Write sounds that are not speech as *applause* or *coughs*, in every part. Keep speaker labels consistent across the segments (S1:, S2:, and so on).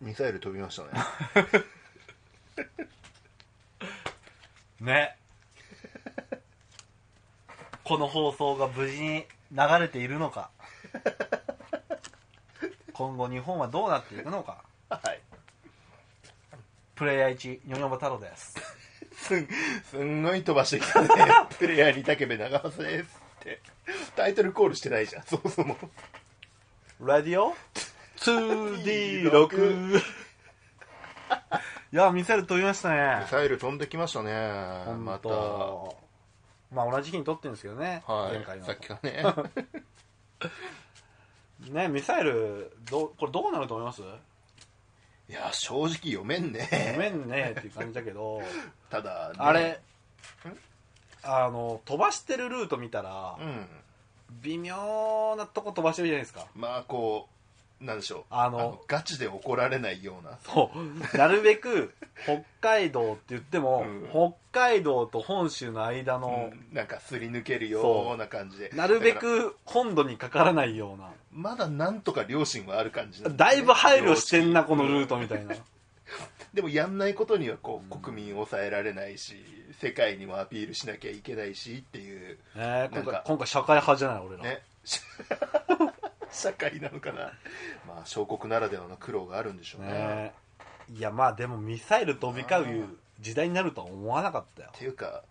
S1: ミサイル飛びま
S2: *laughs*
S1: したね
S2: ねこの放送が無事に流れているのか今後日本はどうなっていくのか
S1: はい
S2: プレイヤー1ニョニョバ太郎です
S1: すんすんごい飛ばしてきた
S2: *laughs*
S1: ねプレイヤーに竹部長政ですってタイトルコールしてないじゃんそもそも
S2: 「ラディオ 2D6」いやミサイル飛びましたね
S1: ミサイル飛んできましたねまた
S2: 本当まあ同じ日に撮ってるんですけどね、前
S1: は
S2: 回
S1: い
S2: の
S1: さっきからね
S2: *laughs* ねミサイルどうこれどうなると思います
S1: いや正直読めん
S2: ご
S1: ね
S2: めんねっていう感じだけど
S1: ただね
S2: あれあの飛ばしてるルート見たら、
S1: うん
S2: 微妙なとこ飛ばしてるじゃないですか
S1: まあこうなんでしょう
S2: あの
S1: ガチで怒られないような
S2: そうなるべく北海道って言っても、
S1: うん
S2: 北海道と本州の間の、
S1: うんなんかすり抜けるような感じで
S2: なるべ
S1: だから
S2: く本土にかからないよう
S1: まだなんとか良心はある感じな
S2: なん
S1: だ
S2: だ
S1: ね
S2: いぶ配慮してんな
S1: 良
S2: こ
S1: 心
S2: のルートみたいな
S1: でもやんないことにはこう国民を抑えられないし世界にもアピールしなきゃいけないしっていうな
S2: ね今
S1: ん
S2: 回
S1: か
S2: 今回社会派じゃない俺ら、 *laughs*
S1: ね社会なのかなまあ小国ならではの苦労があるんでしょうね
S2: ねいやまあでもミサイル飛び交う時代になるとは思わなかったよ
S1: っていうかっ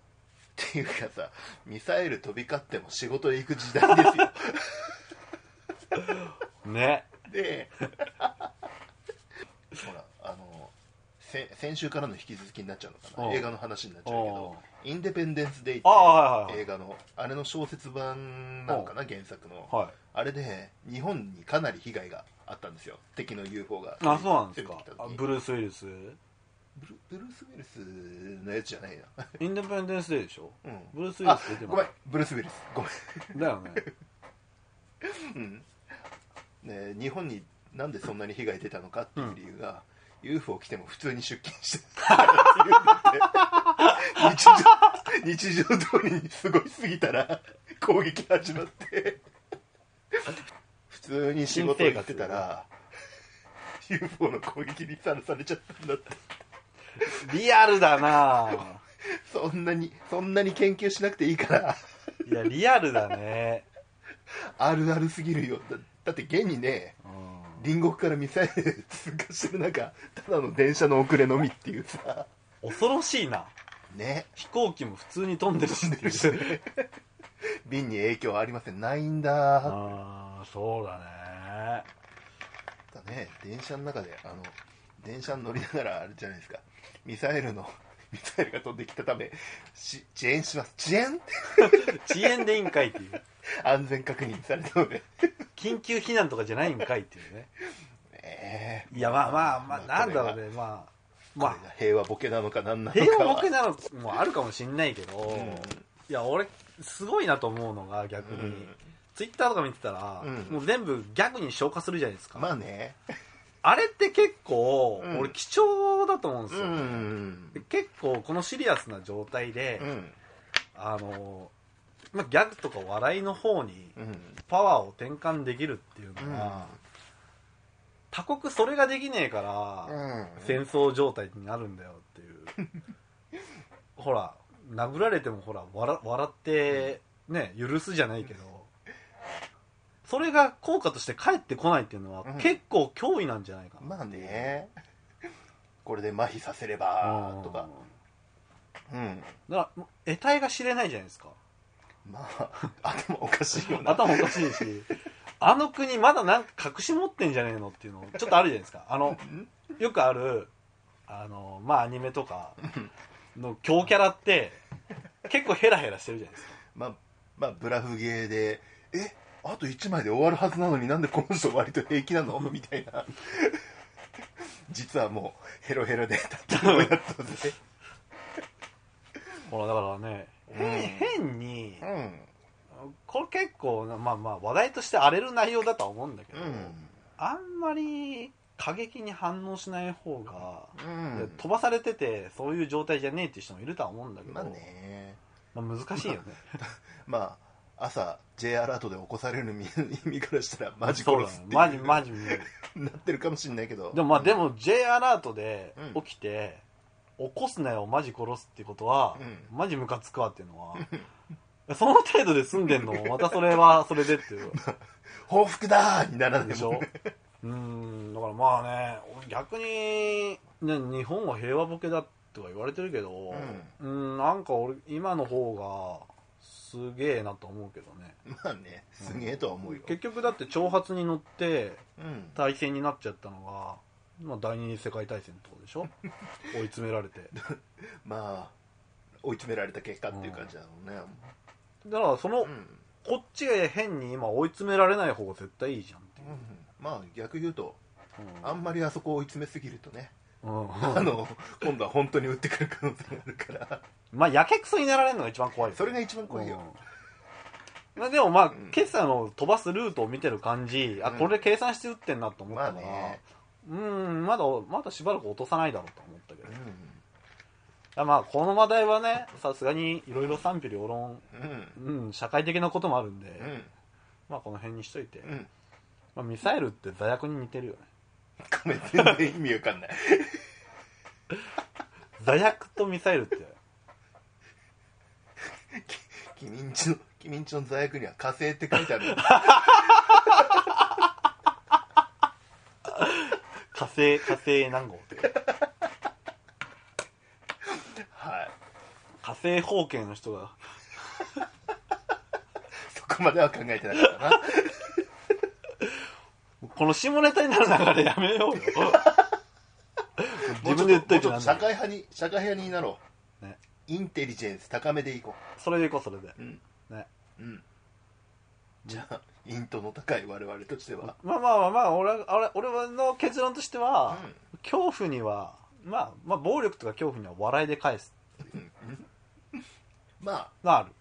S1: ていうかさミサイル飛び交っても仕事へ行く時代です
S2: *laughs*
S1: よ
S2: ね
S1: でほらあのせ先週からの引き続きになっちゃうのか
S2: う
S1: なん映画の話になっちゃうけど「インデペンデンス・デイ」って
S2: ああはいはいはい
S1: 映画のあれの小説版なのかな原作の
S2: は
S1: あれで日本にかなり被害があったんですよ敵の UFO が
S2: いあそうなんです
S1: 攻
S2: か
S1: めてきた
S2: あ
S1: 時にブ
S2: ブルース・ウィ
S1: *laughs*
S2: ルス
S1: ルブルース・ウィルスのやつじゃないな、
S2: インデペンデンス・デーでしょ
S1: うん、
S2: ブルースウィルス出て
S1: あ
S2: ま
S1: ご
S2: す
S1: めんブルース・ウィルスごめん
S2: だよね
S1: ね、日本になんでそんなに被害出たのかっていう理由が、UFO 来ても普通に出勤してたからっていうので *laughs* 日常日常通りに過ごしすぎたら *laughs* 攻撃始まって普通に仕事行ってたら UFO の攻撃にさらされちゃったんだって
S2: リアルだなあ
S1: そんなにそんなに研究しなくていいから
S2: いやリアルだね、
S1: あるあるすぎるよだだって現にね
S2: うん、
S1: 隣国からミサイル通過してる中ただの電車の遅れのみっていうさ
S2: 恐ろしいな
S1: ね
S2: 飛行機も普通に飛んで
S1: *laughs*
S2: るしっていう
S1: 便に影響はありませんないんだ
S2: ああそうだね
S1: だね電車の中であの電車に乗りながらあれじゃないですかミサイルのミサイルが飛んできたためし遅延します遅延
S2: 遅延でいいんかいっていう
S1: 安全確認されたので
S2: 緊急避難とかじゃないんかいっていうね
S1: ええ
S2: いやまあまあまあ
S1: まあ
S2: なんだろうねまあま
S1: ま
S2: あ
S1: あ平和ボケなのか何なのかは
S2: 平和ボケなのもあるかもしんないけど、
S1: ん
S2: いや俺すごいなと思うのが逆に、
S1: うん
S2: ツイッターとか見てたら、
S1: うん
S2: もう全部ギャグに消化するじゃないですか、
S1: まあね
S2: あれって結構、
S1: うん
S2: 俺貴重だと思うんで
S1: う
S2: すよ、
S1: ん
S2: で結構このシリアスな状態で、
S1: うん
S2: あのまあ、ギャグとか笑いの方に
S1: うん
S2: パワーを転換できるっていうのは、他国それができねえから、戦争状態になるんだよっていう *laughs* ほら殴られてもほら笑笑ってね許すじゃないけどそれが効果として返ってこないっていうのは
S1: うん
S2: 結構脅威なんじゃないかな
S1: まあねこれで麻痺させればとかうん
S2: だからもう得体が知れないじゃないですか
S1: まあ *laughs* 頭おかしいよな
S2: 頭おかしいし *laughs* あの国まだなんか隠し持ってんじゃねえのっていうのちょっとあるじゃないですかあのよくあるあのまあアニメとかの強キャラって結構ヘラヘラしてるじゃないですか
S1: まあまあブラフゲーでえあと1枚で終わるはずなのになんでこの人割と平気な
S2: *laughs*
S1: のみたいな実はもうヘロヘロでたったのやったぜ
S2: ほらだからね、変変に
S1: うん
S2: これ結構なまあまあ話題として荒れる内容だとは思うんだけど、あんまり過激に反応しない方が、
S1: うん
S2: いや飛ばされててそういう状態じゃねえっていう人もいるとは思うんだけど、
S1: まあね
S2: まあ難しいよね
S1: まあ朝 J アラートで起こされ *laughs* る耳からしたら *laughs* マジ
S2: そう
S1: 殺
S2: な
S1: すっ
S2: の
S1: ていう
S2: マジマジ見
S1: *laughs*
S2: える
S1: なってるかもしれないけど
S2: でもまあでも J アラートで
S1: うん
S2: 起きて、起こすなよマジ殺すってことは、
S1: う
S2: マジムカつくわっていうのは、
S1: *laughs*
S2: その程度で済んでんのまたそれはそれでっていう
S1: 報復だーにならない
S2: でし
S1: もん
S2: ょ
S1: ね
S2: うーんだからまあね逆に、ね、日本は平和ボケだとか言われてるけどうーんなんか俺今の方がすげえなと思うけどね
S1: まあねすげえとは思うよ、
S2: 結局だって挑発に乗って
S1: うん、
S2: 大戦になっちゃったのが、まあ、第二次世界大戦のとこでし *laughs* ょ追い詰められて
S1: まあ追い詰められた結果っていう感じだろうね
S2: だからその、
S1: うん、うん
S2: こっちが変に今追い詰められない方が絶対いいじゃんっていう、
S1: まあ逆言うと
S2: うん
S1: あんまりあそこを追い詰めすぎるとね
S2: うん
S1: あの今度は本当に打ってくる可能性があるから
S2: まあやけくそになられるのが一番怖いよ
S1: それが一番怖いよ、
S2: うんまあ、でもまあ、
S1: ん
S2: 決算の飛ばすルートを見てる感じあ
S1: うん
S2: これ計算して打ってんなと思っ
S1: まあ
S2: たから、
S1: ね、
S2: うんまだまだしばらく落とさないだろうと思ったけど
S1: う、
S2: あまあこの話題はねさすがにいろいろ賛否両論、
S1: んうん
S2: うん、社会的なこともあるんで、
S1: うん
S2: まあこの辺にしといて、
S1: うん
S2: まあ、ミサイルって座薬に似てるよね
S1: ごめん全然意味わかんない *laughs*
S2: 座薬とミサイルって
S1: 君んちの君んちの座薬には火星って書いてある
S2: 火星火星何号って
S1: はい
S2: 火星方形の人が
S1: そこまでは考えてなかったな
S2: この下ネタになる流れやめよ
S1: *laughs*
S2: うよ自分で言っといて
S1: も
S2: な
S1: うんちょ
S2: だ
S1: っと社会派に社会派になろう、
S2: ね
S1: インテリジェンス高めでいこ
S2: それでいこうそれで
S1: ううん
S2: ね
S1: うんじゃあイントの高い我々としては
S2: まあまあまあまあ俺は俺俺の結論としては、
S1: うん
S2: 恐怖には、まあ、まあ暴力とか恐怖には笑いで返す
S1: ま
S2: がある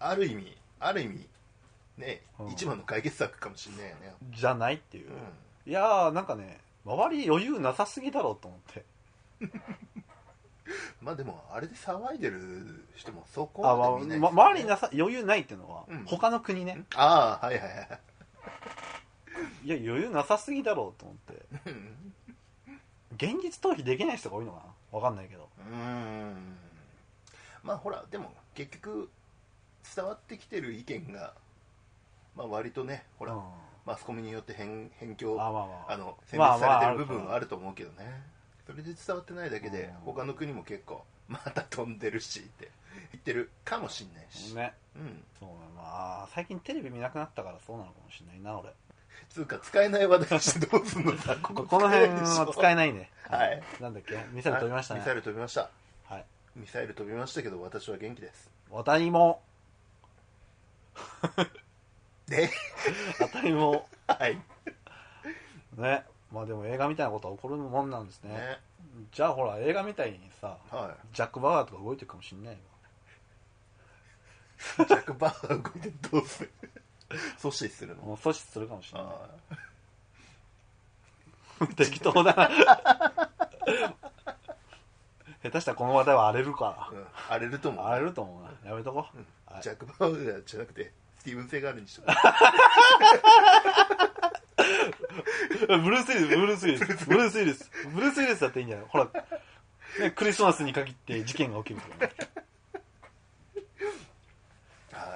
S1: あある意味ある意味ね、
S2: うん
S1: 一番の解決策かもしれないよね
S2: じゃないっていう、
S1: う
S2: いやーなんかね周り余裕なさすぎだろうと思って
S1: んまあでもあれで騒いでる人もそこ
S2: あ、ま
S1: ま
S2: あ
S1: で見ない
S2: ま周りになさ余裕ないっていうのは、
S1: うん
S2: 他の国ね
S1: ああはいはいはい
S2: いや余裕なさすぎだろうと思っ
S1: う
S2: て
S1: ん
S2: 現実逃避できない人が多いのかなわかんないけど
S1: うーんまあほらでも結局伝わってきてる意見が、まあ、割とねほら、
S2: うん
S1: マスコミによって偏偏見
S2: あ
S1: あ
S2: まあまあ
S1: の選
S2: まあ
S1: 別されてる部
S2: まああるから
S1: 分はあると思うけどね、それで伝わってないだけで、
S2: うん
S1: 他の国も結構また飛んでるしって言ってるかもしんないし、
S2: ね
S1: うん、
S2: そうねまあ最近テレビ見なくなったからそうなのかもしれないな俺
S1: つうか使えない話題してどうすんのさこ
S2: *laughs* ここの辺は使
S1: え
S2: えないね
S1: *laughs* はい
S2: なんだっけミ
S1: ミ
S2: サイル飛びましたね
S1: ミサイル飛びました
S2: はい
S1: ミサイル飛びましたけど私は元気です
S2: 私も
S1: で
S2: 私も
S1: はい
S2: ねまあでも映画みたいなことは起こるもんなんですね
S1: ね
S2: じゃあほら映画みたいにさ
S1: はい
S2: ジャック・バウアーとか動いてるかもしんないよ
S1: ジャック・バウアー動いてどうする阻止するの
S2: もう阻止するかもしんな
S1: ああ
S2: い *laughs* 適当だな下手したらこの話題は荒れるか
S1: うん、荒れると思
S2: ら
S1: う
S2: 荒れると思うなやめとこう、はい
S1: ジャック・バウアーじゃなくてスティーブン・セガールにしとこ
S2: *laughs* ブルース・ウィリス、ブルース・ウィリス、ブルース・ウィリス、ブルース・ウィリスだっていいんじゃないほら、ね、クリスマスに限って事件が起きるとかね。
S1: うはい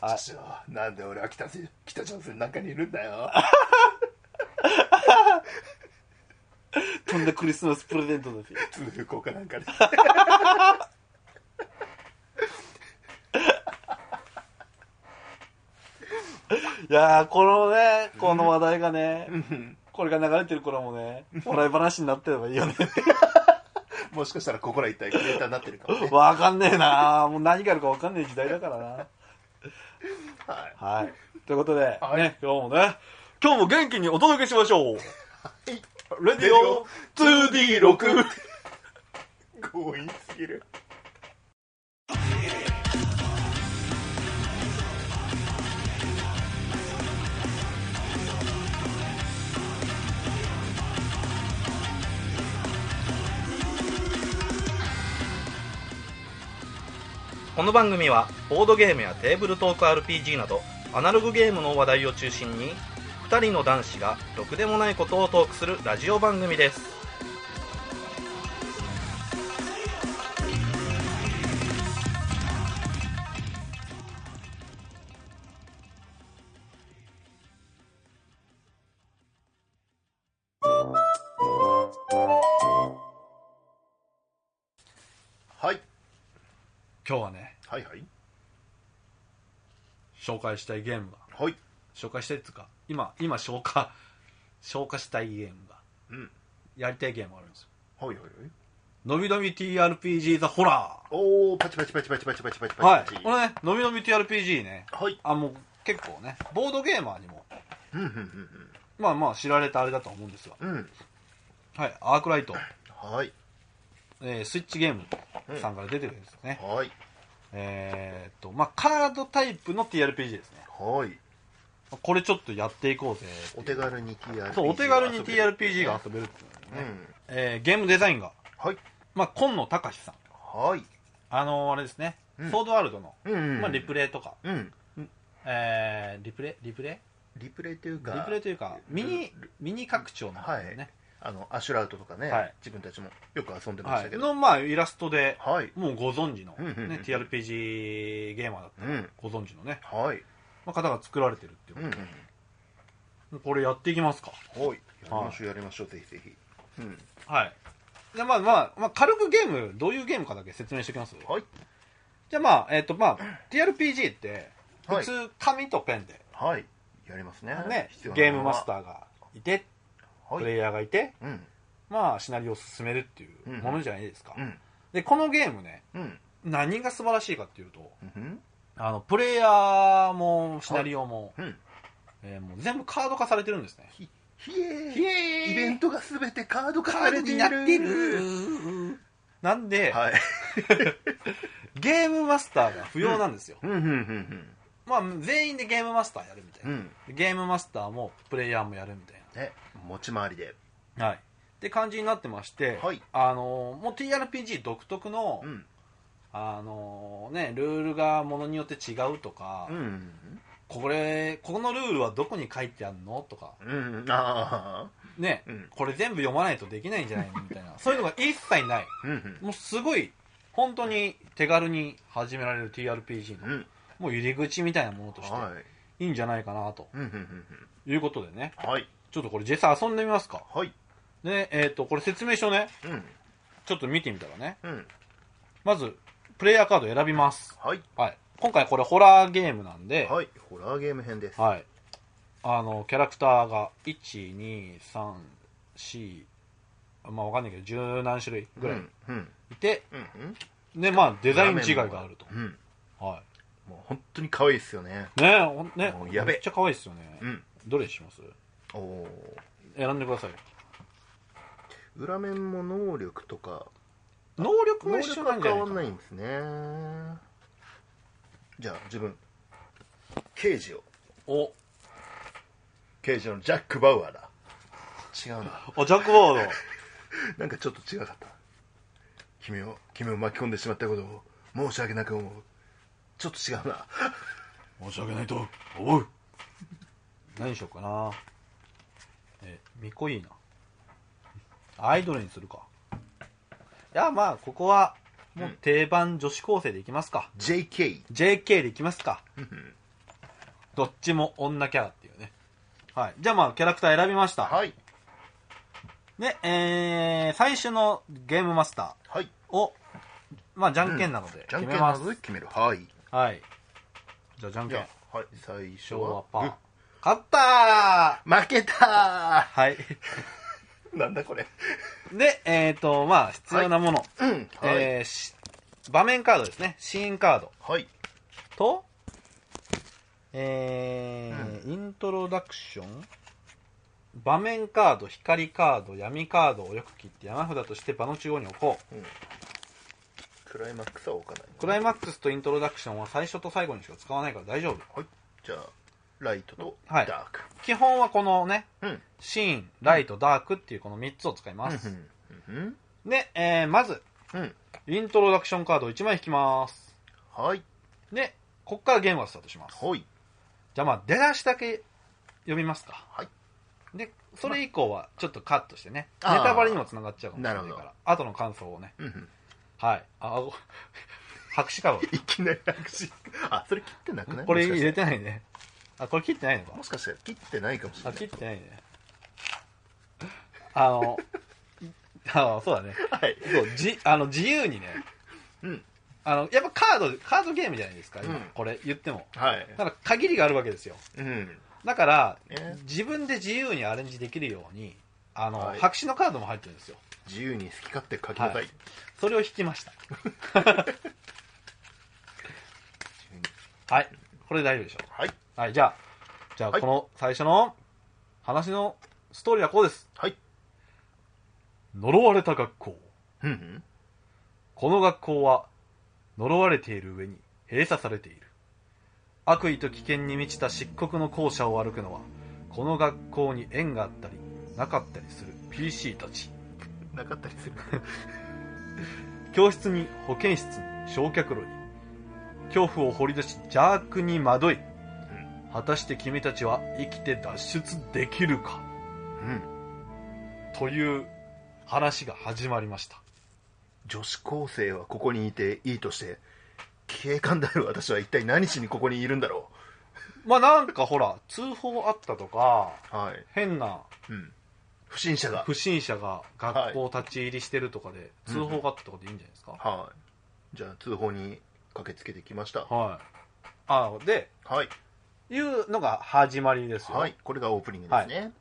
S2: は
S1: *laughs*
S2: い
S1: ちょなんで俺は北せ北朝鮮なんかにいるんだよ
S2: 飛んだクリスマスプレゼントですよ。
S1: 通報かなんかで
S2: いやー、このね、この話題がね、これが流れてる頃もね、笑い話になってればいいよね。
S1: *laughs*
S2: *laughs*
S1: もしかしたらここら一体クレーターになってるかもね
S2: わかんねえなーもう何があるかわかんねえ時代だからな。
S1: はい
S2: はい。ということで、
S1: はい
S2: ね、今日もね、今日も元気にお届けしましょう。レディオ
S1: 2D6 強引すぎる
S3: この番組はボードゲームやテーブルトーク RPG などアナログゲームの話題を中心に2人の男子がろくでもないことをトークするラジオ番組です
S1: はい
S2: 今日はね
S1: はいはい
S2: 紹介したいゲームが
S1: はい
S2: 紹介したいっていうか今今消化消化したいゲームが
S1: うん
S2: やりたいゲームがあるんですよ
S1: はいはいはい
S2: のびのび TRPG ザホラ
S1: おーパチパチパチパチパチパチパチ
S2: ーは
S1: パ
S2: い
S1: チ
S2: これねのびのび TRPG ね
S1: はい
S2: あもう結構ねボードゲーマーにも
S1: うんうん
S2: まあまあ知られたあれだと思うんですが
S1: うんうんうん
S2: はいアークライト、
S1: はい
S2: えースイッチゲームさんから出てるんですよね、
S1: はい
S2: えーっとまあカードタイプの TRPG ですね
S1: はい
S2: これちょっとやっていこうぜ
S1: お手軽に TRPG
S2: そうお手軽に
S1: 遊べる
S2: TRPG が遊べるっていう
S1: う
S2: のね、
S1: ん
S2: えーゲームデザインが、
S1: はい
S2: まあ、今野隆さん
S1: はい
S2: あのーあれですね、
S1: うん
S2: ソードワールドの、
S1: うん
S2: まあ、リプ
S1: レ
S2: レイとか、
S1: イうん
S2: えーリプレイリプレ
S1: リプレイという
S2: イ
S1: か
S2: リプレイというかミニミニ拡張の方ですね、
S1: あのアシュラウトとかね、
S2: はい
S1: 自分たちもよく遊んでまし
S2: は
S1: た
S2: い
S1: けど、
S2: の、まあ、イラストで
S1: はい、
S2: もうご存知の、
S1: うんうんうん
S2: ね、TRPG ゲーマーだったら
S1: うん
S2: ご存知のね、
S1: はい、、
S2: まあ、方が作られてるっていううん
S1: うん、
S2: もうこれやっていきますか
S1: はい、やりましょう、やりましょう、ぜひぜひ。うん、
S2: はいでまあまあ、まあ、軽くゲームどういうゲームかだけ説明しておきます
S1: はい、
S2: じゃあまあえっ、とまあ TRPG って
S1: は
S2: 普
S1: い、
S2: 通紙とペンで、
S1: はい、やりますね。
S2: ね
S1: 必要な
S2: ゲームマス
S1: ー。
S2: ターがいて
S1: は
S2: プ
S1: い、
S2: レイヤーがいて
S1: うん、
S2: まあシナリオを進めるっていうものじゃないですか、
S1: うん、
S2: でこのゲームね
S1: うん、
S2: 何が素晴らしいかっていうと
S1: うん、
S2: あのプレイヤーもシナリオも,、
S1: うん、
S2: えーもう全部カード化されてるんですね
S1: ひえー
S2: イエーイ
S1: イベントがすべてカード化
S2: カ
S1: され
S2: ード
S1: ている
S2: になってるなんで、
S1: はい、
S2: ゲームマスターが不要なんですよ、
S1: うん、うん、うん、
S2: まあ全員でゲームマスターやるみたい
S1: うん、う
S2: な、
S1: ん、
S2: ゲームマスターもプレイヤーもやるみたい
S1: ね、持ち回りで、
S2: なはいって感じになってまして、
S1: はい
S2: あのーもう TRPG 独特の、
S1: うん、
S2: あのーね、ルールがものによって違うとか、
S1: うん、
S2: これこのルールはどこに書いてあるのとか
S1: うん、ああ、
S2: ね、
S1: うん
S2: これ全部読まないとできないんじゃないのみたいな *laughs* そういうのが一切ない
S1: うん、うん、
S2: もうすごい本当に手軽に始められる TRPG の、
S1: うん、
S2: もう入り口みたいなものとして
S1: はい、
S2: いいんじゃないかなと
S1: うん、うん、うん、
S2: いうことでね
S1: うん、はい、
S2: ちょっとこれ実際遊んでみますか
S1: はい、
S2: でえっ、とこれ説明書ね
S1: うん、
S2: ちょっと見てみたらね
S1: うん、
S2: まずプレイヤーカード選びます
S1: はい、
S2: はい今回これホラーゲームなんで、
S1: はい、ホラーゲーム編です。
S2: はい。あの、キャラクターが、1、2、3、4、まあわかんないけど、十何種類ぐらい
S1: うん、うん、
S2: いて、
S1: うん、うん
S2: で、まあデザイン違いがあると。
S1: うん、
S2: は
S1: もう本当に可愛いですよね。
S2: い。ねえ、ほんね
S1: もうやべ
S2: めっちゃ可愛いですよね。
S1: うん、
S2: どれにします
S1: おお
S2: 選んでください。
S1: ー。裏面も能力とか、
S2: 能力も
S1: 能
S2: 一緒
S1: 力
S2: な
S1: は
S2: んじゃ
S1: 変わ
S2: ないか
S1: ん
S2: な
S1: ないんですね。じゃあ自分、刑事を、
S2: お、
S1: 刑事のジャック・バウアーだ。違うな。
S2: あ、ジャックボード。
S1: なんかちょっと違かった。君を、君を巻き込んでしまったことを申し訳なく思う。ちょっと違うな。
S2: 申し訳ないと思う。何にしようかな。え、みこいいな。アイドルにするか。いや、まあ、ここは、もう定番女子高生でいきますか。
S1: JK。
S2: JK でいきますか。
S1: うん
S2: どっちも女キャラっていうね。はい。じゃあまあ、キャラクター選びました。
S1: はい、
S2: で、えー、最初のゲームマスタ
S1: はい。
S2: ーを、まあ、じゃんけんなので
S1: じゃん
S2: 決
S1: けん
S2: め
S1: な
S2: ます。
S1: どで決める。はい。
S2: はい。じゃあ、じゃん
S1: じ
S2: けん
S1: ゃ。あ、はい、最初
S2: 昭
S1: は
S2: 和パー。勝った
S1: グー負けた
S2: ーはい。
S1: ー *laughs* なんだこれ。
S2: で、えっ、と、まあ、必要なもの。
S1: うん。はい。
S2: えーし場面カードですね。シーンカード
S1: はい。
S2: と、えーイントロダクション場面カード、光カード、闇カードをよく切って山札として場の中央に置こう。
S1: クライマックスは置かない。
S2: クライマックスとイントロダクションは最初と最後にしか使わないから大丈夫。
S1: はい。じゃあ、ライトとダ
S2: はい
S1: ーク。
S2: 基本はこのね、
S1: うん。
S2: シーン、ライト、ダークっていうこの3つを使います。
S1: うん。
S2: で、えーまず、
S1: うん。
S2: イントロダクションカードを1枚引きます。
S1: はい
S2: でこっからゲームがスタートします
S1: ほい
S2: じゃあまあ出だしだけ読みますか
S1: はい
S2: でそれ以降はちょっとカットしてね、
S1: あー
S2: ネタバレにもつながっちゃうかもしれない
S1: なる
S2: か
S1: ほど
S2: ら後の感想をね
S1: うん *laughs* うん
S2: はいああ *laughs* 白紙か
S1: いきなり白紙あそれ切ってなくな
S2: も
S1: い
S2: これ
S1: もしか
S2: 入
S1: し
S2: れてないねあこれ切ってないの
S1: た
S2: から
S1: もしかしたら切ってないかもしれ
S2: あ
S1: な
S2: 切っ
S1: い
S2: てないねあの *laughs* あそうだね
S1: はい
S2: そうじあの自由にね
S1: うん
S2: あのやっぱカードカードゲームじゃないですか、今
S1: うん
S2: これ言っても
S1: はい
S2: だから限りがあるわけですよ
S1: うん
S2: だから、
S1: ね
S2: 自分で自由にアレンジできるようにあの、
S1: はい
S2: 白紙のカードも入ってるんですよ
S1: 自由に好き勝手書きなさい、
S2: はいそれを引きましたはいこれで大丈夫でしょ
S1: はい、
S2: うはいじゃあじゃあ
S1: はい
S2: この最初の話のストーリーはこうです
S1: はい
S2: 呪われた学校
S1: うんうん
S2: この学校は呪われている上に閉鎖されている悪意と危険に満ちた漆黒の校舎を歩くのはこの学校に縁があったりなかったりする PC たち
S1: なかったりする
S2: 教室に保健室に焼却炉に恐怖を掘り出し邪悪に惑い果たして君たちは生きて脱出できるか
S1: うん
S2: という話が始まりました
S1: 女子高生はここにいていいとして警官である私は一体何しにここにいるんだろ
S2: まあなんかほら通報あったとか
S1: うはい、
S2: 変な
S1: うん、不審者が
S2: 不審者が学校立ち入りしてるとかで、通報があったとかでいいんじゃないですか、
S1: はいじゃあ通報に駆けつけてきました
S2: はいあで
S1: はい
S2: いうのが始まりですよ、
S1: はいこれがオープニングですね、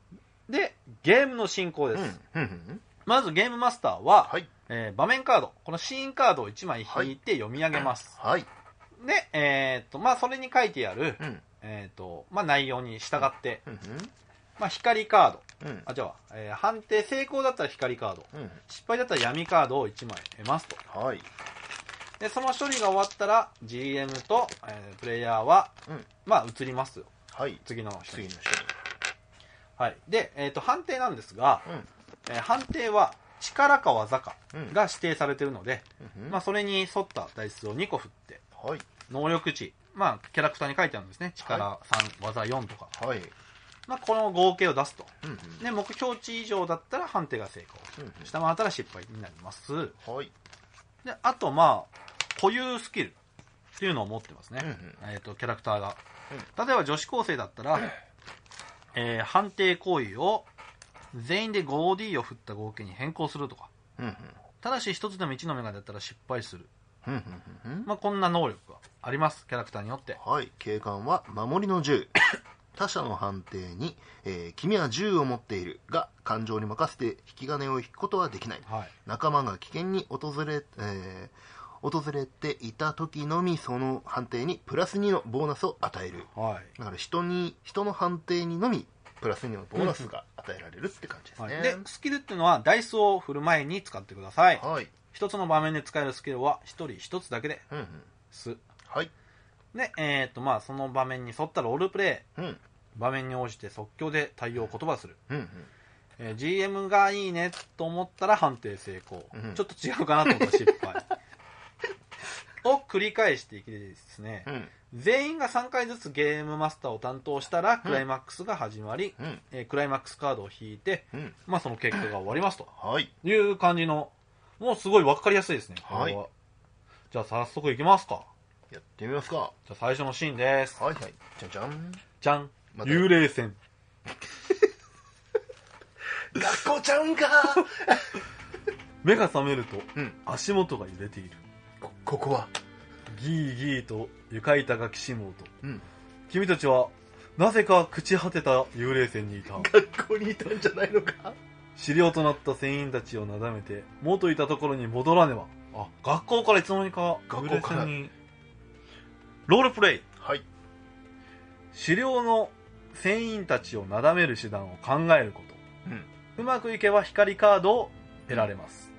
S2: でゲームの進行です、
S1: うんうんうん
S2: まずゲームマスターは、
S1: はい
S2: えー場面カードこのシーンカードを1枚引いて読み上げます、
S1: はい
S2: でえーっとまあそれに書いてある、
S1: うん
S2: えーっとまあ、内容に従って、
S1: うん
S2: まあ、光カード
S1: うんうん
S2: あじゃあ、えー判定成功だったら光カード
S1: うん
S2: 失敗だったら闇カードを1枚得ますと
S1: はい
S2: でその処理が終わったら GM と、えープレイヤーは、
S1: うん
S2: まあ移りますよ
S1: はい
S2: 次の人
S1: 次
S2: に
S1: の人
S2: はいで、えー、と判定なんですが、
S1: うん
S2: えー判定は力か技か
S1: うん
S2: が指定されてるので、
S1: うんうん
S2: まあ、それに沿ったダイスを2個振って
S1: はい
S2: 能力値まあキャラクターに書いてあるんですね力3、技4とか、
S1: はい
S2: まあ、この合計を出すと
S1: うんうん
S2: で目標値以上だったら判定が成功
S1: うん
S2: 下回ったら失敗になります
S1: うんはい
S2: であとまあ固有スキルっていうのを持ってますね、
S1: うん
S2: えー、とキャラクターが、例えば女子高生だったら、えー判定行為を全員で 5D を振った合計に変更するとか
S1: うんうん
S2: ただし一つでも1の目が出たら失敗する、
S1: うんうんうん
S2: まあ、こんな能力がありますキャラクターによって
S1: はい警官は守りの銃 *coughs* 他者の判定に、えー君は銃を持っている」が感情に任せて引き金を引くことはできない
S2: はい
S1: 仲間が危険に訪れ,、えー訪れていた時のみその判定にプラス2のボーナスを与える
S2: はい、
S1: だから人に人の判定にのみプラス2のボーナスが与えられるって感じです
S2: はい
S1: ね、
S2: でスキルっていうのはダイスを振る前に使ってください
S1: はい
S2: 一つの場面で使えるスキルは一人一つだけで
S1: うんうん
S2: す
S1: はい
S2: で、えーとまあ、その場面に沿ったロールプレイ
S1: うんうん
S2: 場面に応じて即興で対応言葉する
S1: うん
S2: えー GM がいいねと思ったら判定成功、
S1: うん
S2: ちょっと違うかなと思ったら失
S1: *laughs*
S2: 敗を繰り返していきですね
S1: う、ん
S2: 全員が3回ずつゲームマスターを担当したらクライマックスが始まり、
S1: うん
S2: えークライマックスカードを引いて、
S1: うん
S2: まあ、その結果が終わりますと
S1: はい
S2: いう感じのもうすごい分かりやすいですねこれ
S1: はい
S2: じゃあ早速いきますか
S1: やってみますかは
S2: じゃあ最初のシーンです
S1: いはいじゃじゃん
S2: じゃん、
S1: また
S2: 幽霊船
S1: 学校ちゃうんか
S2: 目が覚めると
S1: うん
S2: 足元が揺れている
S1: *laughs* こここは
S2: ギーギーと床板がきしむ音
S1: うん
S2: 君たちはなぜか朽ち果てた幽霊船にいた
S1: 学校にいたんじゃないのか
S2: 狩猟となった船員たちをなだめて元いたところに戻らねばあ学校からいつの間にか
S1: 学校から
S2: 幽霊船にロールプレイ
S1: はい
S2: 狩猟の船員たちをなだめる手段を考えること
S1: うん
S2: うまくいけば光カードを得られます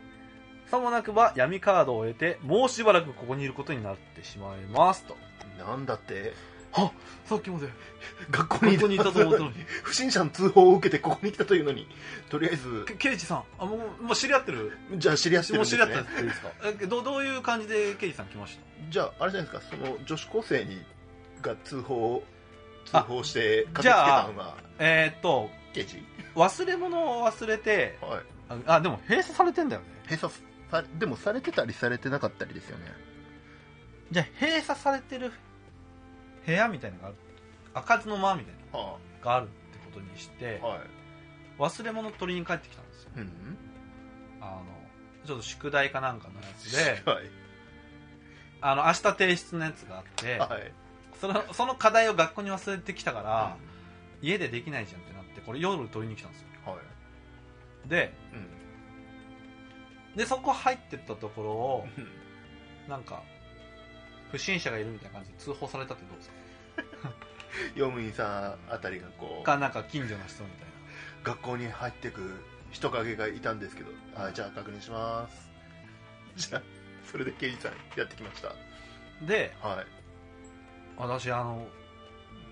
S2: さもなくば闇カードを得てもうしばらくここにいることになってしまいますと
S1: なんだってあ
S2: さっきまで
S1: 学校に
S2: 学校にいたと思ったのに
S1: *laughs* 不審者の通報を受けてここに来たというのにとりあえず
S2: *laughs* け刑事さんあもうもう知り合ってる
S1: じゃあ知り合ってるん
S2: も
S1: で
S2: う
S1: す
S2: 知
S1: ね
S2: り合ってるんですかえどどういう感じで刑事さん来まし
S1: じゃああれじゃないですかその女子高生にが通報通報して駆けつ
S2: じ
S1: け
S2: ゃあ
S1: たのが
S2: たえーっと
S1: 刑事
S2: 忘れ物を忘れて
S1: はい
S2: ああでも閉鎖されてんだよね
S1: 閉鎖されでもされてたりされてなかったりですよね
S2: じゃあ閉鎖されてる部屋みたいなのがある開かずの間みたいな
S1: は
S2: のがあるってことにして
S1: いはい
S2: 忘れ物取りに帰ってきたんですよ
S1: うん
S2: あのちょっと宿題かなんかのやつで
S1: はい
S2: *laughs* あの明日提出のやつがあって
S1: はい
S2: そのその課題を学校に忘れてきたから、家でできないじゃんってなってこれ夜取りに来たんですよ
S1: はい
S2: で
S1: うん
S2: でそこ入ってったところをなんか不審者がいるみたいな感じで通報されたってどうですか
S1: 用務員さんあたりがこう
S2: かなんか近所の人みたい
S1: 学校に入ってく人影がいたんですけど、あじゃあ確認します *laughs* じゃあそれで刑事さんやってきました
S2: なで
S1: はい
S2: 私あの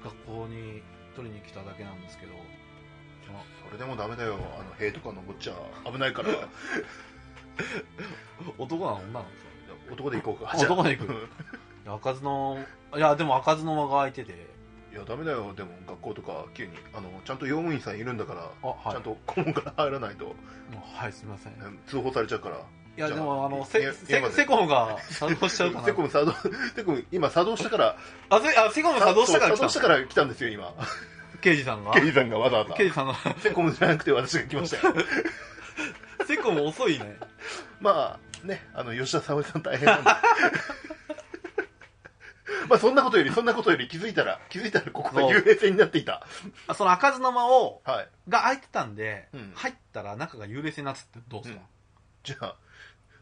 S2: 学校に取りに来ただけなんですけど
S1: それでもダメだよあの塀とか登っちゃ危ないから
S2: 男なの女なんですか
S1: *laughs* *laughs* 男で行こうか
S2: あ
S1: じゃあ
S2: 男で行く
S1: うん
S2: いや開かずのいやでも開かずの間が空いてて
S1: いやダメだよでも学校とか急にあのちゃんと用務員さんいるんだから、
S2: あはい
S1: ちゃんと顧問から入らないと、 *laughs*
S2: はいすみませんい
S1: うん通報されちゃうから
S2: や
S1: じゃあ
S2: でもあの
S1: い
S2: セ
S1: や
S2: セ
S1: いや
S2: セコムが作動しちゃうかな
S1: セコム作動セコム今作動したから
S2: あセあセコム作動したから来
S1: そう *laughs* 作動
S2: た
S1: したから来たんですよ今
S2: 刑事さんが
S1: *laughs* 刑事さんがわざわざ
S2: 刑事さんが
S1: セコムじゃなくて私が来ましたよ
S2: セコム遅いね
S1: まあねあの吉田沙保里さん大変なんで *laughs* まあそんなことよりそんなことより気づいたら気づいたらここが幽霊船になっていた
S2: あその開かずの間を
S1: はい
S2: が空いてたんで、
S1: うん
S2: 入ったら中が幽霊性になってたってどうですか、
S1: じゃあ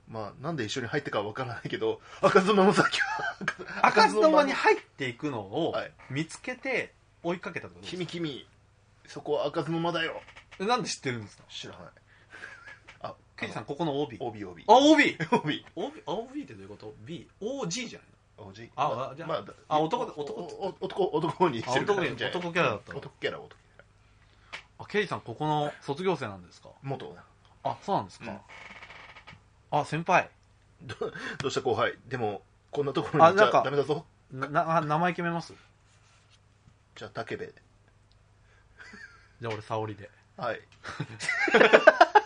S1: まあなんで一緒に入ったかは分からないけど赤ずまの先は
S2: 開かずの間に入っていくのを
S1: はい
S2: 見つけて追いかけたってことです
S1: 君君そこは開かずの間だよ
S2: えなんで知ってるんですか
S1: 知らないあ
S2: ケイジさんここの OB あ
S1: OB OB
S2: OB
S1: OB
S2: OB, OB ってどういうこと ?BOG じゃない
S1: おじ
S2: あ
S1: ま
S2: あじゃあ
S1: まだ
S2: あ男で
S1: お
S2: 男
S1: お男男にしてる
S2: あ男に
S1: じゃあ
S2: 男キャラだったの
S1: 男キャラ男
S2: のあケイジさんここの卒業生なんですか
S1: 元
S2: あそうなんです
S1: う
S2: か、
S1: ん
S2: あ先輩
S1: どどうした後輩でもこんなところに
S2: あ
S1: いち
S2: なん
S1: ゃ
S2: か
S1: ダメだぞ
S2: なな名前決めます
S1: じゃあ武部
S2: じゃあ俺沙織で
S1: はい *laughs*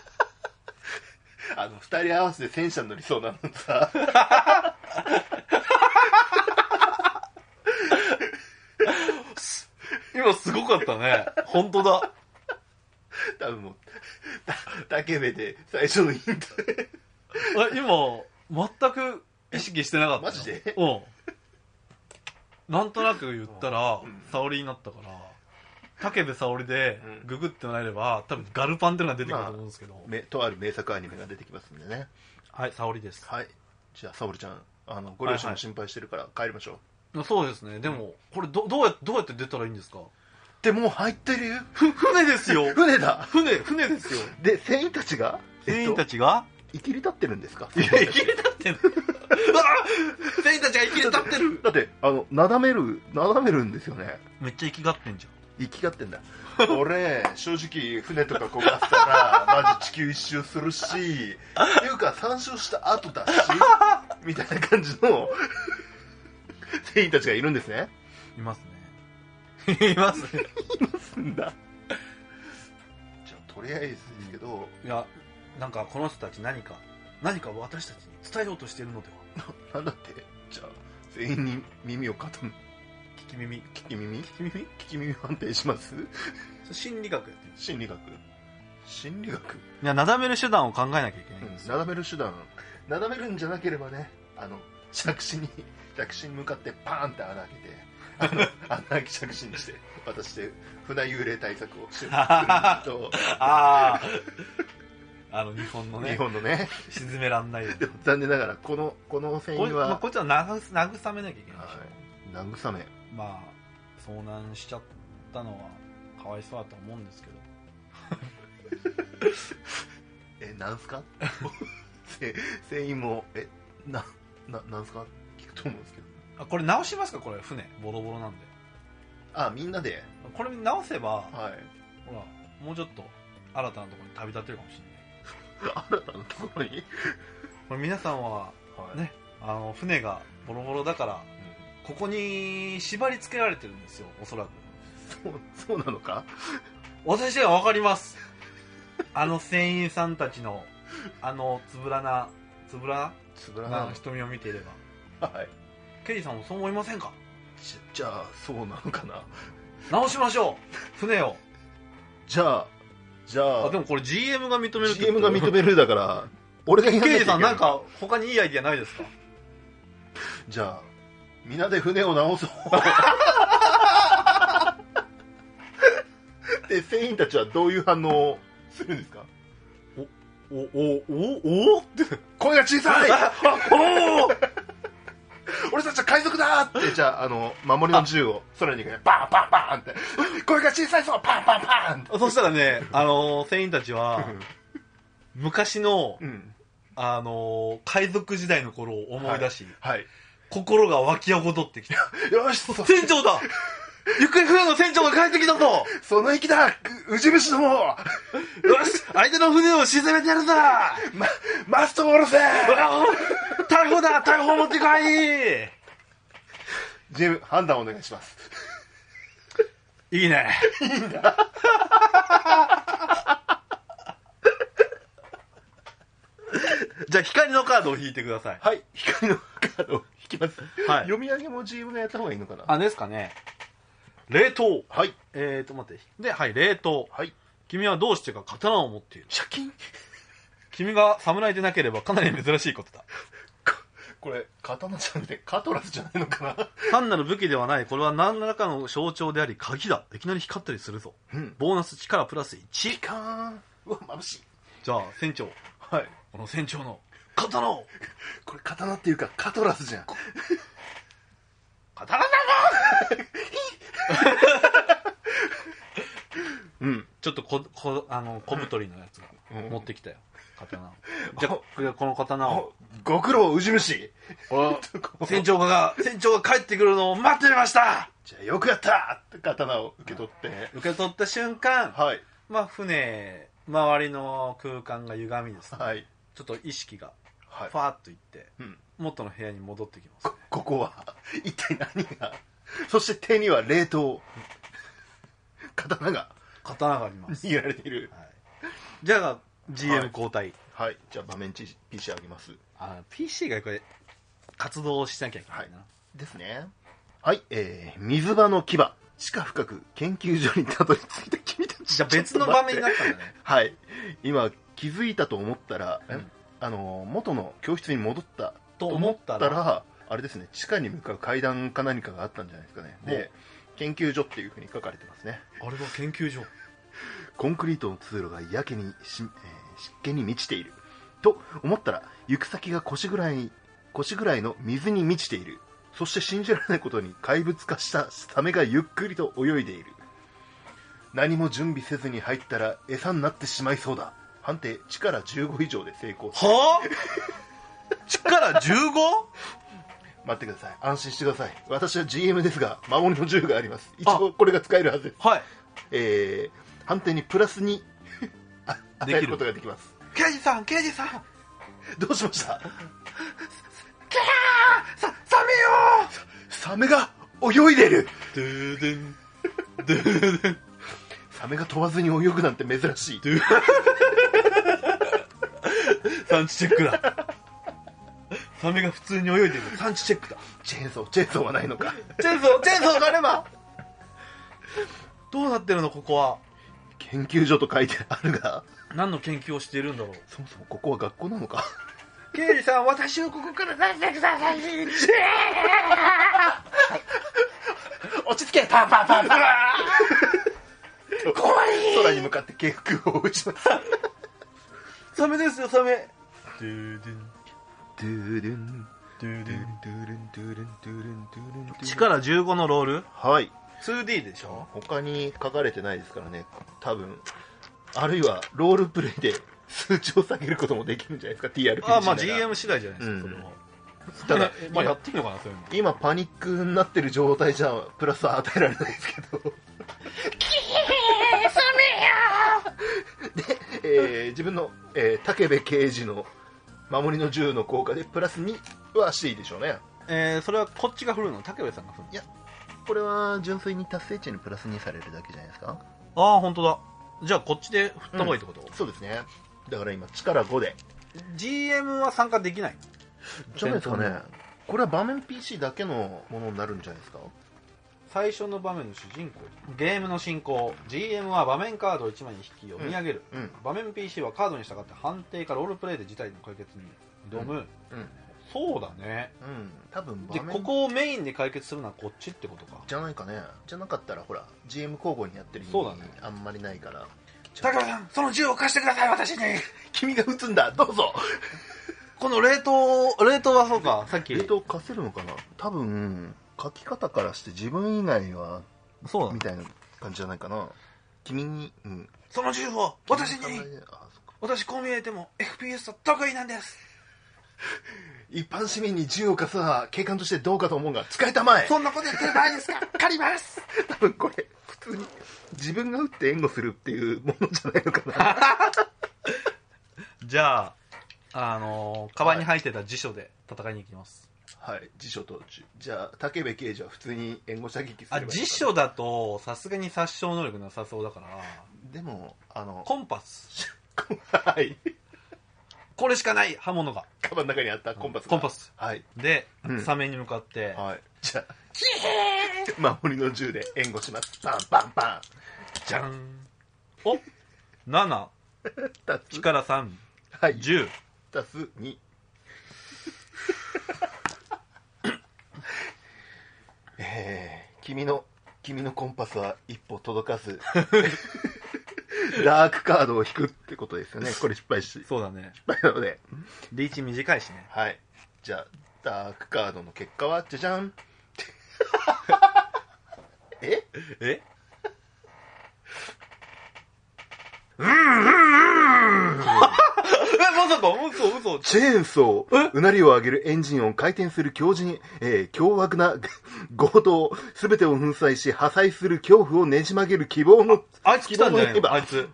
S1: あの二人合わせて戦車に乗りそうなのさ
S2: 今すごかったね *laughs* 本当だ
S1: 多分もうた武部で最初のイントで
S2: え今全く意識してなかった
S1: マ
S2: よ
S1: ジで
S2: うんなんとなく言ったら
S1: うん
S2: 沙織になったから武部沙織で
S1: うん
S2: ググってなれば多分ガルパンっていうのが出てくると思うんですけど、
S1: めとある名作アニメが出てきますんでね
S2: はい沙織です
S1: はいじゃあ沙織ちゃんあのご両親も心配してるから帰りましょう、
S2: そうですねでもこれどどうやどうやって出たらいいんですか
S1: でもう入ってるよ
S2: ふ船ですよ
S1: 船だ
S2: 船船ですよ
S1: で船員たちが
S2: 船員たちが、
S1: えっと生きり立ってるんですか
S2: 生きり立ってるうわ船員たちが生きり立ってる
S1: だってあのなだめるなだめるんですよね
S2: めっちゃ生きがってんじゃん
S1: 生きがってん *laughs* だ俺正直船とかこがったらマジ地球一周するしっていうか3周した後だしみたいな感じ *laughs* の船員たちがいるんですね
S2: いますね *laughs* いますね
S1: すんだじゃあとりあえずですけど、
S2: いやなんかこの人たち何か何か私たちに伝えようとしているのでは
S1: なんだってじゃあ全員に耳を傾
S2: 聞き耳聞
S1: き耳聞
S2: き耳
S1: き耳判定します
S2: 心理学やってる
S1: 心理学心理学
S2: いやなだめる手段を考えなきゃいけないんですよ、
S1: なだめる手段なだめるんじゃなければねあの着信に *laughs* 着信に向かってパーンって穴開けてあの *laughs* 穴開け着信にして私で船幽霊対策をしてる *laughs* と
S2: あ *laughs* ああの日本の
S1: 日
S2: ね
S1: 本のね
S2: 沈めらんないように
S1: 残念ながらこのこの船
S2: こい,、
S1: 員は、
S2: まあ、こいつは慰慰めなきゃいけないでしょ、
S1: はい、慰め
S2: まあ遭難しちゃったのはかわいそうだと思うんですけど
S1: えなん *laughs* すかせ船員もえなななんすか聞くと思うんですけど
S2: あこれ直しますかこれ船ボロボロなんで
S1: あみんなで
S2: これ直せば、
S1: はい
S2: ほらもうちょっと新たなところに旅立てるかもしれない
S1: 新たなところに、
S2: これ皆さんは
S1: はい
S2: ねあの船がボロボロだからここに縛り付けられてるんですよおそらく
S1: そうそうなのか
S2: 私はわかり *laughs* ますあの船員さんたちのあのつぶらなつぶら
S1: つぶらな
S2: な瞳を見ていれば
S1: はい
S2: ケリーさんもそう思いませんか
S1: じじゃあそうなのかな
S2: 直しましょう船を
S1: じゃあじゃ
S2: あ
S1: あ
S2: でもこれ GM が認めるってこと
S1: CM が認めるだ *laughs* から俺だけや
S2: ケ
S1: きゃい
S2: リ
S1: け
S2: ーさんなんか他にいいアイディアないですか
S1: じゃあみんなで船を直そう *laughs* で船員たちはどういう反応をするんですか
S2: おおおお *laughs*
S1: 声が小さい *laughs*
S2: おお
S1: 俺たちは海賊だーってじゃああの守りの銃 *laughs* を空に向けてバンバンバンって *laughs* 声が小さいぞパンパンパンって
S2: そしたらね、あのー船員たちは、昔の、
S1: うん
S2: あのー海賊時代の頃を思い出し、
S1: はい
S2: 心が湧き起こってきた。
S1: よしそ *laughs*
S2: 船長 *laughs* だ行方不明の船長が帰ってきたぞよ
S1: その息だうじ虫ども
S2: し相手の船を沈めてやるぞわ
S1: ママスト下ろせ
S2: あ逮捕だ逮捕持ってこい
S1: !GM 判断お願いします
S2: いいね。 *laughs* じゃあ光のカードを引いてください。
S1: はい光のカードを引きます、
S2: はい
S1: 読み上げも GM がやった方がいいのかな
S2: あ、ですかね。冷凍。
S1: はい
S2: えーと、待って。で、はい、冷凍。
S1: はい
S2: 君はどうしてか刀を持っている。
S1: 借金
S2: 君が侍でなければかなり珍しいことだ。
S1: これ刀じゃなくてカトラスじゃないのかな
S2: 単なる武器ではない。これは何らかの象徴であり、鍵だ。いきなり光ったりするぞ。
S1: うん
S2: ボーナス力プラス1。
S1: カーンうわ眩しい
S2: じゃあ、船長。
S1: はい
S2: この船長の刀を。
S1: これ刀っていうかカトラスじゃん
S2: 刀だぞ
S1: うん
S2: ちょっとこ、こ、あの、小太りのやつが
S1: うん
S2: 持ってきたよ。
S1: *laughs*
S2: 刀を。じゃあこれ、この刀を。
S1: ご苦労うじ虫
S2: 船長が、船長が帰ってくるのを待っていました
S1: *laughs* じゃあよくやったって刀を受け取って
S2: 受け取った瞬間、
S1: はい
S2: まあ、船、周りの空間が歪みですね。
S1: はい
S2: ちょっと意識が、
S1: はい
S2: ファーっといって、
S1: うん
S2: 元の部屋に戻ってきます
S1: こ。ここは一体何がそして手には冷凍刀が
S2: 刀があります。
S1: 握られている
S2: はい、じゃあ、
S1: は
S2: GM
S1: い
S2: 交代。
S1: はいじゃあ場面 PC あげます
S2: あ PC がこれ、活動しなきゃいけないな。
S1: ですねはいえー、水場の牙地下深く研究所にたどり着いた君たち
S2: じゃあ、別の場面にな
S1: ちょっと待っ
S2: ってたんだね。
S1: はい今気づいたと思ったら、え
S2: うん
S1: あの元の教室に戻った
S2: と思った
S1: と思
S2: ら、
S1: あれですね地下に向かう階段か何かがあったんじゃないですかねで研究所っていうふうに書かれてますね
S2: あれは研究所。
S1: コンクリートの通路がやけにし、えー湿気に満ちていると思ったら行く先が腰ぐらい腰ぐらいの水に満ちているそして信じられないことに怪物化したサメがゆっくりと泳いでいる何も準備せずに入ったら餌になってしまいそうだ判定力15以上で成功
S2: はぁ力 15?
S1: 待ってください安心してください私は GM ですが守りの銃があります一応これが使えるはずです、
S2: はい。
S1: えー、判定にプラスに *laughs* あ与え
S2: でき
S1: る
S2: る
S1: ことができます
S2: 刑事さん、刑事さん
S1: どうしました
S2: さ、サメよ
S1: サメが泳いでる
S2: ドゥーデン、ドゥーデン。
S1: サメが飛ばずに泳ぐなんて珍しい
S2: 産地チェックだサメが普通に泳いでる産地チェックだ
S1: チェーンソーチェーンソーはないのか
S2: チェーンソーチェーンソーがあればどうなってるのここは
S1: 研究所と書いてあるが
S2: 何の研究をしているんだろう
S1: そもそもここは学校なのか
S2: 刑事さん私をここから出してください
S1: 落ち着けパンパンパンパン怖い空に向かって警服を打ちます
S2: サメですよサメ
S1: ドゥルン
S2: ドゥ
S1: ドゥルンドゥルンドゥルンドゥルンドゥルンドゥルン
S2: 力15のロール
S1: はい
S2: 2D でしょ
S1: 他に書かれてないですからね多分あるいはロールプレイで数値を下げることもできるんじゃないですか TRPG なら
S2: あまあ GM 次第じゃないですか、
S1: うん
S2: それは
S1: ただ
S4: まあやっていいのかなそういうの
S1: 今パニックになってる状態じゃプラスは与えられないですけどで、えー自分の、えー、武部刑事の守りの銃の効果でプラス2はしていいでしょうね
S5: えー、それはこっちが振るの武部さんが振るの
S1: これは純粋に達成値にプラス2されるだけじゃないですか
S2: ああ本当だじゃあこっちで振った方がいいってこと、
S1: そうですねだから今力5で
S5: GM は参加できない
S1: じゃないですかねこれは場面 PC だけのものになるんじゃないですか
S5: 最初の場面の主人公ゲームの進行 GM は場面カードを1枚に引き読み上げる、
S1: うん
S5: 場面 PC はカードに従って判定かロールプレイで事態の解決に挑む、
S1: うん
S5: そうだね
S1: うん多分
S5: で
S1: 場面
S5: ここをメインで解決するのはこっちってことか
S1: じゃないかねじゃなかったらほら GM 交互にやってる意味
S5: そうだね
S1: あんまりないから
S5: 武部さんその銃を貸してください私に
S1: 君が撃つんだどうぞ
S5: この冷凍冷凍はそうかさっき
S1: えっと貸せるのかな多分書き方からして自分以外は
S5: そう
S1: みたいな感じじゃないかな君に、うん、
S5: その銃を
S1: 君の名前であそっか
S5: 私こう見えても FPS は得意なんです
S1: 一般市民に銃を貸すのは警官としてどうかと思うが使えたまえ
S5: んなこと言ってる場合です *laughs* か借ります
S1: 多分これ普通に自分が撃って援護するっていうものじゃないのかな
S2: じゃああのーカバンに入ってた辞書で戦いに行きます、
S1: はい辞書とじじゃあ武部刑事は普通に援護射撃すればいいの
S2: あ
S1: かな
S2: 辞書だとさすがに殺傷能力なさそうだから
S1: でもあの
S2: コンパス
S1: *laughs* はい
S2: これしかない刃物が
S1: カバンの中にあったコンパスが
S2: コンパス
S1: はい
S2: で、
S1: うん
S2: サメに向かって、
S1: はいじゃあ守りの銃で援護しますバンバンバン
S2: じゃんお7
S1: 足す
S2: 力3
S1: はい
S2: 10
S1: 足す2 *laughs* えー、君の君のコンパスは一歩届か
S2: *laughs*
S1: ずダークカードを引くってことですよねこれ失敗し失
S2: そうだね
S1: 敗なので
S2: リーチ短いしね
S1: はいじゃあダークカードの結果はじゃじゃんえ
S2: えうんうんうんまさか嘘嘘
S1: チェーンソー、うなりを上げるエンジン音、回転する強靭、えー凶悪な *laughs* 強盗、すべてを粉砕し、破砕する恐怖をねじ曲げる希望の、
S2: あいつ来たんじゃない
S1: 希望
S2: の
S1: の
S2: あ
S1: 刃
S2: いつ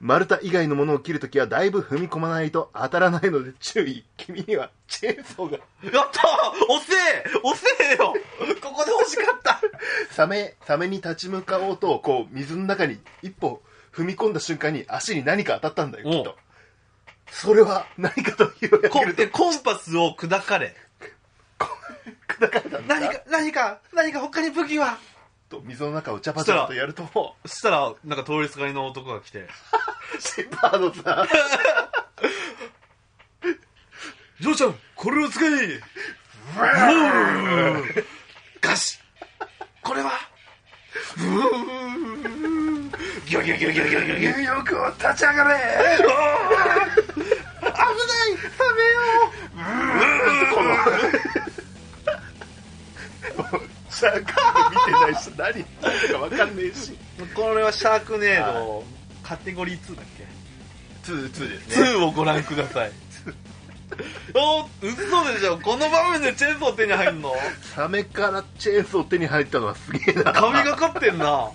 S1: 丸太以外のものを切るときはだいぶ踏み込まないと当たらないので注意。君にはチェーンソーが、
S2: やったー遅え遅えよここで欲しかった
S1: サメ、サメに立ち向かおうと、こう、水の中に一歩踏み込んだ瞬間に足に何か当たったんだよ、
S2: おう
S1: きっと。それは何かと言われ
S2: こ
S1: ると
S2: でコンパスを砕かれ
S1: 砕かれたんだ
S5: 何か何か何か他に武器は
S1: と、水の中をジャバジャバとやると、
S2: そしたらなんか通りすがりの男が来て
S1: シェパードさん、
S2: 「ジョーちゃんこれを使え!」
S5: ガシこれはギョギョギョギョギョギョギョ
S1: ニューヨークを立ち上がれ
S5: 危ないサ
S1: シャーク見てないし何言ってるか分かんねえし
S5: メよこれはシャークネードカテゴリー2だっ
S1: 2です
S2: ツーをご覧ください。お嘘でしょこの場面でチェーンソー手に入んの
S1: サメからチェーンソー手に入ったのはすげえな
S2: 神がかってんな。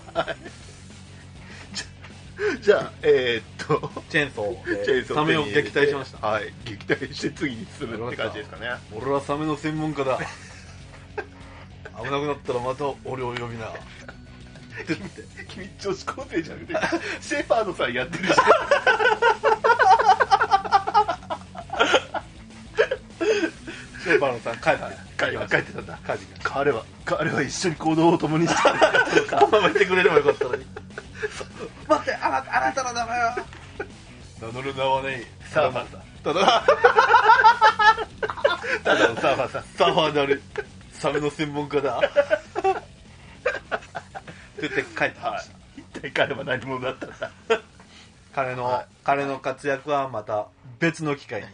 S1: じゃあえー、っと
S2: チェーンソー。
S1: チェーンソー
S2: サメ
S1: 手
S2: を
S1: に入れ
S2: 撃
S1: て
S2: 退しました。
S1: はい撃退して次に進むって感じですかね
S2: 俺はサメの専門家 *laughs* だ。危なくなったらまた俺を呼びな。
S1: 君女子高生じゃなくてシェパードさんやってるじ
S5: けシェーパーのさん帰ったね
S1: ゃん帰ってたんだ
S5: カジが
S1: 彼は彼は一緒に行動を共にしてたんだ
S2: 捕まえてくれればよかったのに。
S5: *laughs* 待ってあなあなたの名前は
S2: 名乗る名はねえ。
S1: サーファーさん
S2: ただ、
S1: ただのサーファーさん
S2: サーファーなる。サメの専門家だ。
S5: *laughs* って言って帰ってきま
S1: は
S5: した
S1: い一体彼は何者だったんだ
S5: 彼の、彼の活躍はまた別の機会に。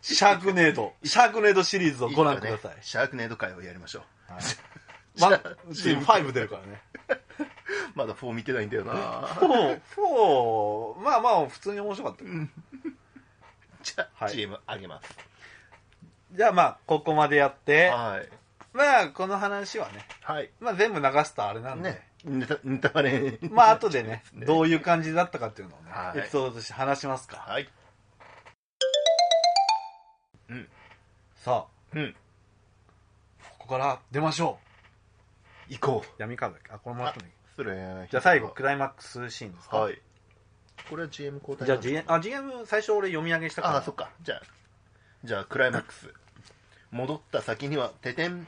S5: シャークネード、シャークネードシリーズをご覧ください。
S1: シャークネード会をやりましょう
S5: ワ
S1: *laughs*
S5: ン、チーム5出るからね。
S1: まだ4見てないんだよな
S5: 4、4、まあまあ普通に面白かったよ。
S1: *laughs* じゃあ、
S5: はい
S1: GM あげます
S2: じゃあまあ、ここまでやって、
S1: はい。
S2: まあ、この話はね、
S1: はい。
S2: まあ全部流すとあれなんで、
S1: ね。ネタ、ネタバレ。
S2: まあ後でね
S1: *laughs* 、ね
S2: どういう感じだったかっていうのをね、
S1: はい
S2: エピソードとして話しますか。
S1: はい。
S2: さあ、
S1: うん
S2: ここから出ましょ
S1: 行こ
S2: う。闇カードだっけあ、これもらったんだっけ
S1: う。それ。
S2: じゃあ最後、クライマックスシーンですか。
S1: はい。これは GM 交代
S2: じゃあ
S1: なんです
S2: GM、あ、GM 最初俺読み上げしたから。
S1: ああ、そっか。じゃあ、じゃあ、クライマックス。戻った先には、ててん。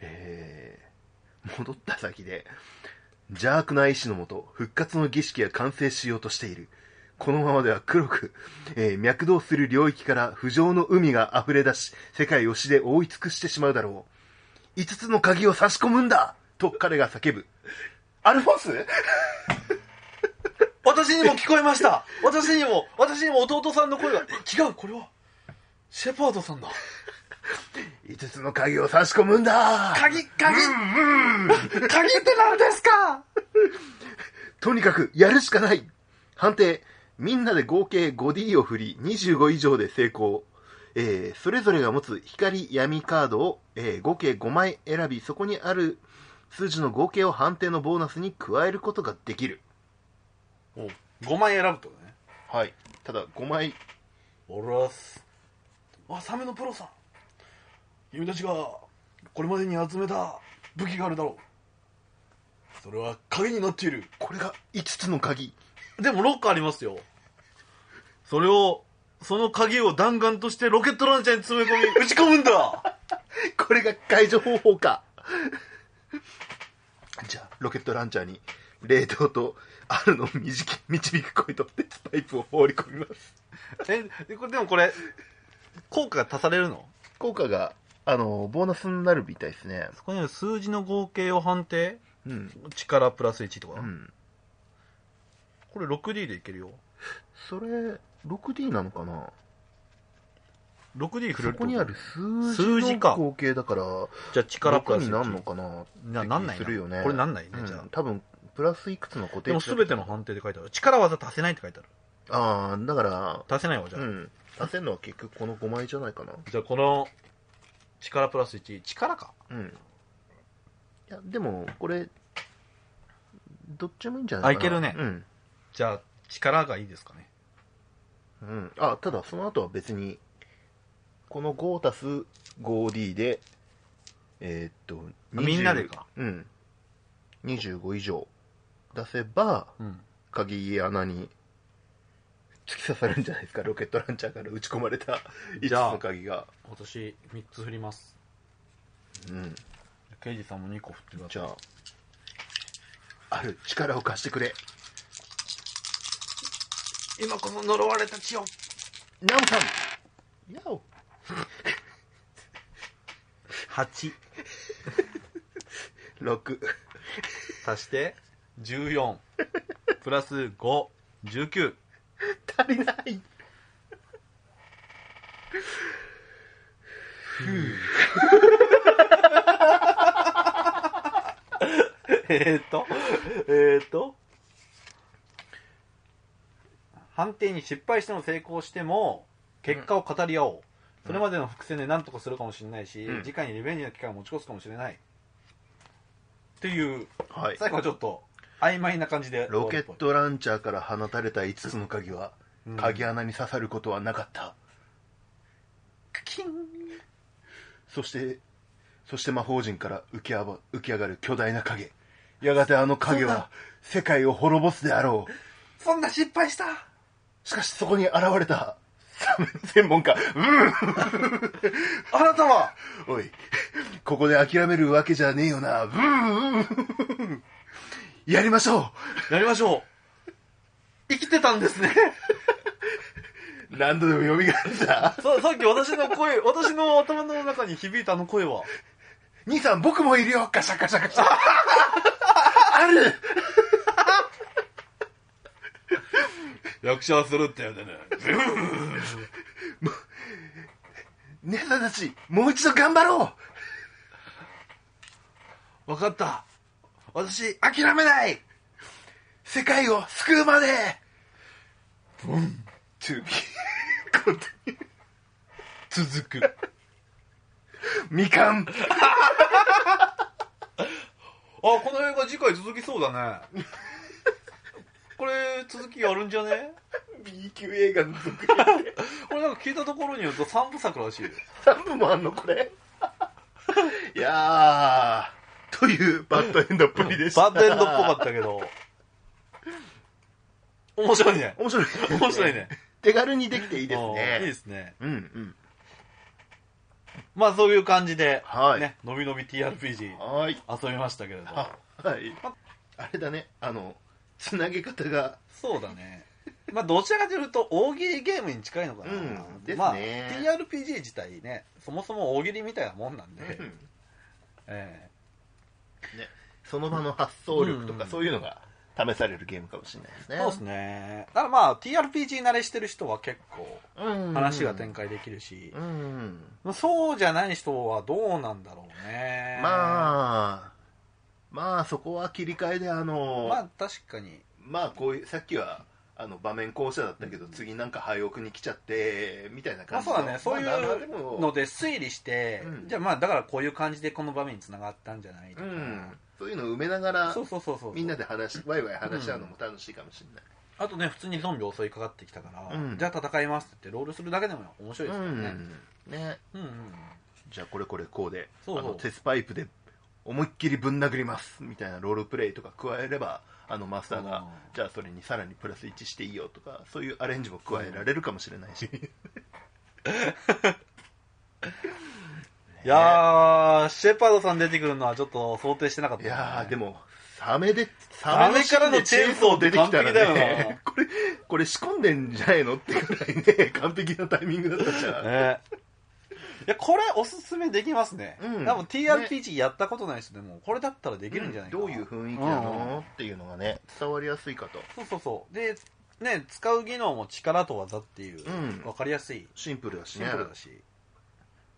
S1: えー、戻った先で、邪悪な意志のもと、復活の儀式が完成しようとしている。このままでは黒く、えー脈動する領域から不浄の海が溢れ出し、世界を死で覆い尽くしてしまうだろう。5つの鍵を差し込むんだと彼が叫ぶ。アルフォンス
S2: 私にも聞こえました私に
S1: *laughs*
S2: も、私にも弟さんの声が、違う、これは、シェパードさんだ。
S1: 5つの鍵を差し込むんだ
S2: 鍵、鍵、
S1: *laughs*
S2: 鍵って何ですか
S1: とにかくやるしかない判定みんなで合計 5D を振り25以上で成功、えーそれぞれが持つ光闇カードを、えー合計5枚選びそこにある数字の合計を判定のボーナスに加えることができる
S2: お5枚選ぶってことね。
S1: はいただ5枚
S2: おらす。あ、サメのプロさん。君たちが、これまでに集めた武器があるだろう。それは鍵になっている。
S1: これが5つの鍵
S2: でもロッカーありますよ。それを、その鍵を弾丸としてロケットランチャーに詰め込み、打ち込むんだ
S1: これが解除方法か *laughs* じゃあロケットランチャーに冷凍とあるのを導き *laughs* 導く声と鉄パイプを放り込みます
S2: えでこれでもこれ効果が足されるの
S1: 効果があのボーナスになるみたいですね
S2: そこにある数字の合計を判定
S1: うん、
S2: 力プラス1とか、
S1: うん、
S2: これ 6D でいけるよ
S1: それ 6D なのかな
S2: 6D 振れる
S1: そ
S2: って
S1: こ
S2: と
S1: にある数
S2: 数
S1: 字
S2: 字
S1: の
S2: か
S1: 合計だから
S2: じゃあ力プ
S1: 6
S2: ラス
S1: に
S2: 1
S1: なんのかな
S2: ななんない
S1: するよね
S2: これなんないね、
S1: うん
S2: じゃあ
S1: 多分プラスいくつの固定
S2: でも
S1: 値だ
S2: 全ての判定で書いてある力技足せないって書いてある
S1: ああだから
S2: 足せないわじゃあ、
S1: うん出せるのは結局この5枚じゃないかな
S2: じゃあこの力プラス1力か
S1: うんいやでもこれどっちもいいんじゃな
S2: あ
S1: い
S2: いけ
S1: かな
S2: るね
S1: うん、
S2: じゃあ力がいいですかね
S1: うん、あただその後は別にこの5足す 5D でえーっと
S2: あ
S1: 20
S2: みんなでか
S1: うん25以上出せば
S2: うん
S1: 鍵穴に突き刺さるんじゃないです
S2: *laughs*
S1: かロケットランチャーから打ち込まれた5つ
S2: じゃあ
S1: の鍵が
S2: 私3つ振ります
S1: うん
S2: 刑事さんも2個振ってくだ
S1: じ
S2: さい
S1: ゃあある力を貸してくれ
S2: 今こそ呪われた血を
S1: ナオさんナオ
S2: 8
S1: 6
S2: 足して14プラス519
S1: 足りない
S2: *laughs* えーっとえーっと判定に失敗しても成功しても結果を語り合おう、それまでの伏線で何とかするかもしれないし、
S1: うん
S2: 次回にリベンジの機会を持ち越すかもしれないっていう
S1: はい
S2: 最後はちょっと曖昧な感じで
S1: ロケットランチャーから放たれた5つの鍵は
S2: うん
S1: 鍵穴に刺さることはなかった、
S2: キン
S1: そしてそして魔法陣から浮きあば浮き上がる巨大な影やがてあの影は世界を滅ぼすであろう
S2: そんな失敗した
S1: しかしそこに現れたサメの専門家
S2: あなたは
S1: うんおいここで諦めるわけじゃねえよなうんやりましょ
S2: やりましょう生きてたんです *laughs* ね
S1: う何度でも蘇った
S2: ささっき私の声、私の頭の中に響いたあの声は、
S1: 兄さん僕もいるよカシャカシャカシャある
S2: 役者はするってやつね。 *laughs*
S1: 姉さんたちもう一度頑張ろう
S2: わかった。私、諦めない
S1: 世界を救うまでブン to be continued
S2: 続く
S1: みかん
S2: あこの映画次回続きそうだねこれ続きあるんじゃね
S1: B 級映画の続編
S2: これなんか聞いたところによると3部作らしいよ
S1: 3部もあんのこれいやーというバッドエンドっぷりでした
S2: バッドエンドっぽかったけど面白いね
S1: 面白いね
S2: 面白いね
S1: 手軽にできていいです
S2: あーいいで
S1: ね
S2: すね
S1: うんうん
S2: まあそういう感じで、
S1: はい
S2: ね、のびのび TRPG 遊
S1: はーい
S2: びましたけれど
S1: あはいあれだねあのつなげ方が
S2: そうだねまあどちらかというと大喜利ゲームに近いのかな、
S1: うんですね
S2: まあ TRPG 自体ねそもそも大喜利みたいなもんなんで、
S1: うん
S2: え
S1: その場の発想力とか
S2: うん
S1: そういうのが試されるゲームかもしれないです
S2: え
S1: ね
S2: そうですねだからまあ TRPG 慣れしてる人は結構
S1: うん
S2: 話が展開できるし、
S1: うん
S2: まあそうじゃない人はどうなんだろうね
S1: まあまあそこは切り替えであの
S2: まあ確かに
S1: まあこういうさっきはあの場面校舎だったけど、次なんか廃屋に来ちゃってみたいな
S2: ま
S1: 感
S2: あ
S1: じ
S2: そうだねそうい
S1: まあまあで
S2: うの
S1: も
S2: で推理して、
S1: うん
S2: じゃあまあだからこういう感じでこの場面につながったんじゃないと
S1: う
S2: か、
S1: んそういうの埋めながら
S2: そうそうそうそう
S1: みんなで話しワイワイ話し合うのも楽しいかもしれ
S2: あとね普通にゾンビ襲いかかってきたから、
S1: うん
S2: じゃあ戦いますって言ってロールするだけでも面白いで
S1: な
S2: す
S1: い
S2: からね、
S1: うんね
S2: うんうん
S1: じゃあこれこれこうで
S2: そうそう
S1: あの鉄パイプで思いっきりぶん殴りますみたいなロールプレイとか加えればあのマスターが、
S2: うん
S1: じゃあそれにさらにプラス1していいよとかそういうアレンジも加えられるかもしれないし、
S2: いやーシェパードさん出てくるのはちょっと想定してなかっ
S1: *laughs*
S2: た、
S1: いやーでもサメで
S2: サ
S1: サ
S2: メ
S1: メ
S2: からのチェーンソー
S1: 出てきたら
S2: 完璧だよな
S1: ね *laughs* これこれ仕込んでんじゃないのってくらいね *laughs* 完璧なタイミングだったじゃ
S2: *laughs*
S1: ん、
S2: ねいやこれおすすめできますね、
S1: うん
S2: 多分 TRPG やったことない人でもこれだったらできるんじゃないかな、
S1: どういう雰囲気なのっていうのがね伝わりやすいかと
S2: そうそうそうでね使う技能も力と技っていう、
S1: うん
S2: 分かりやすい
S1: シンプルだし
S2: シ
S1: ね
S2: ンプルだし、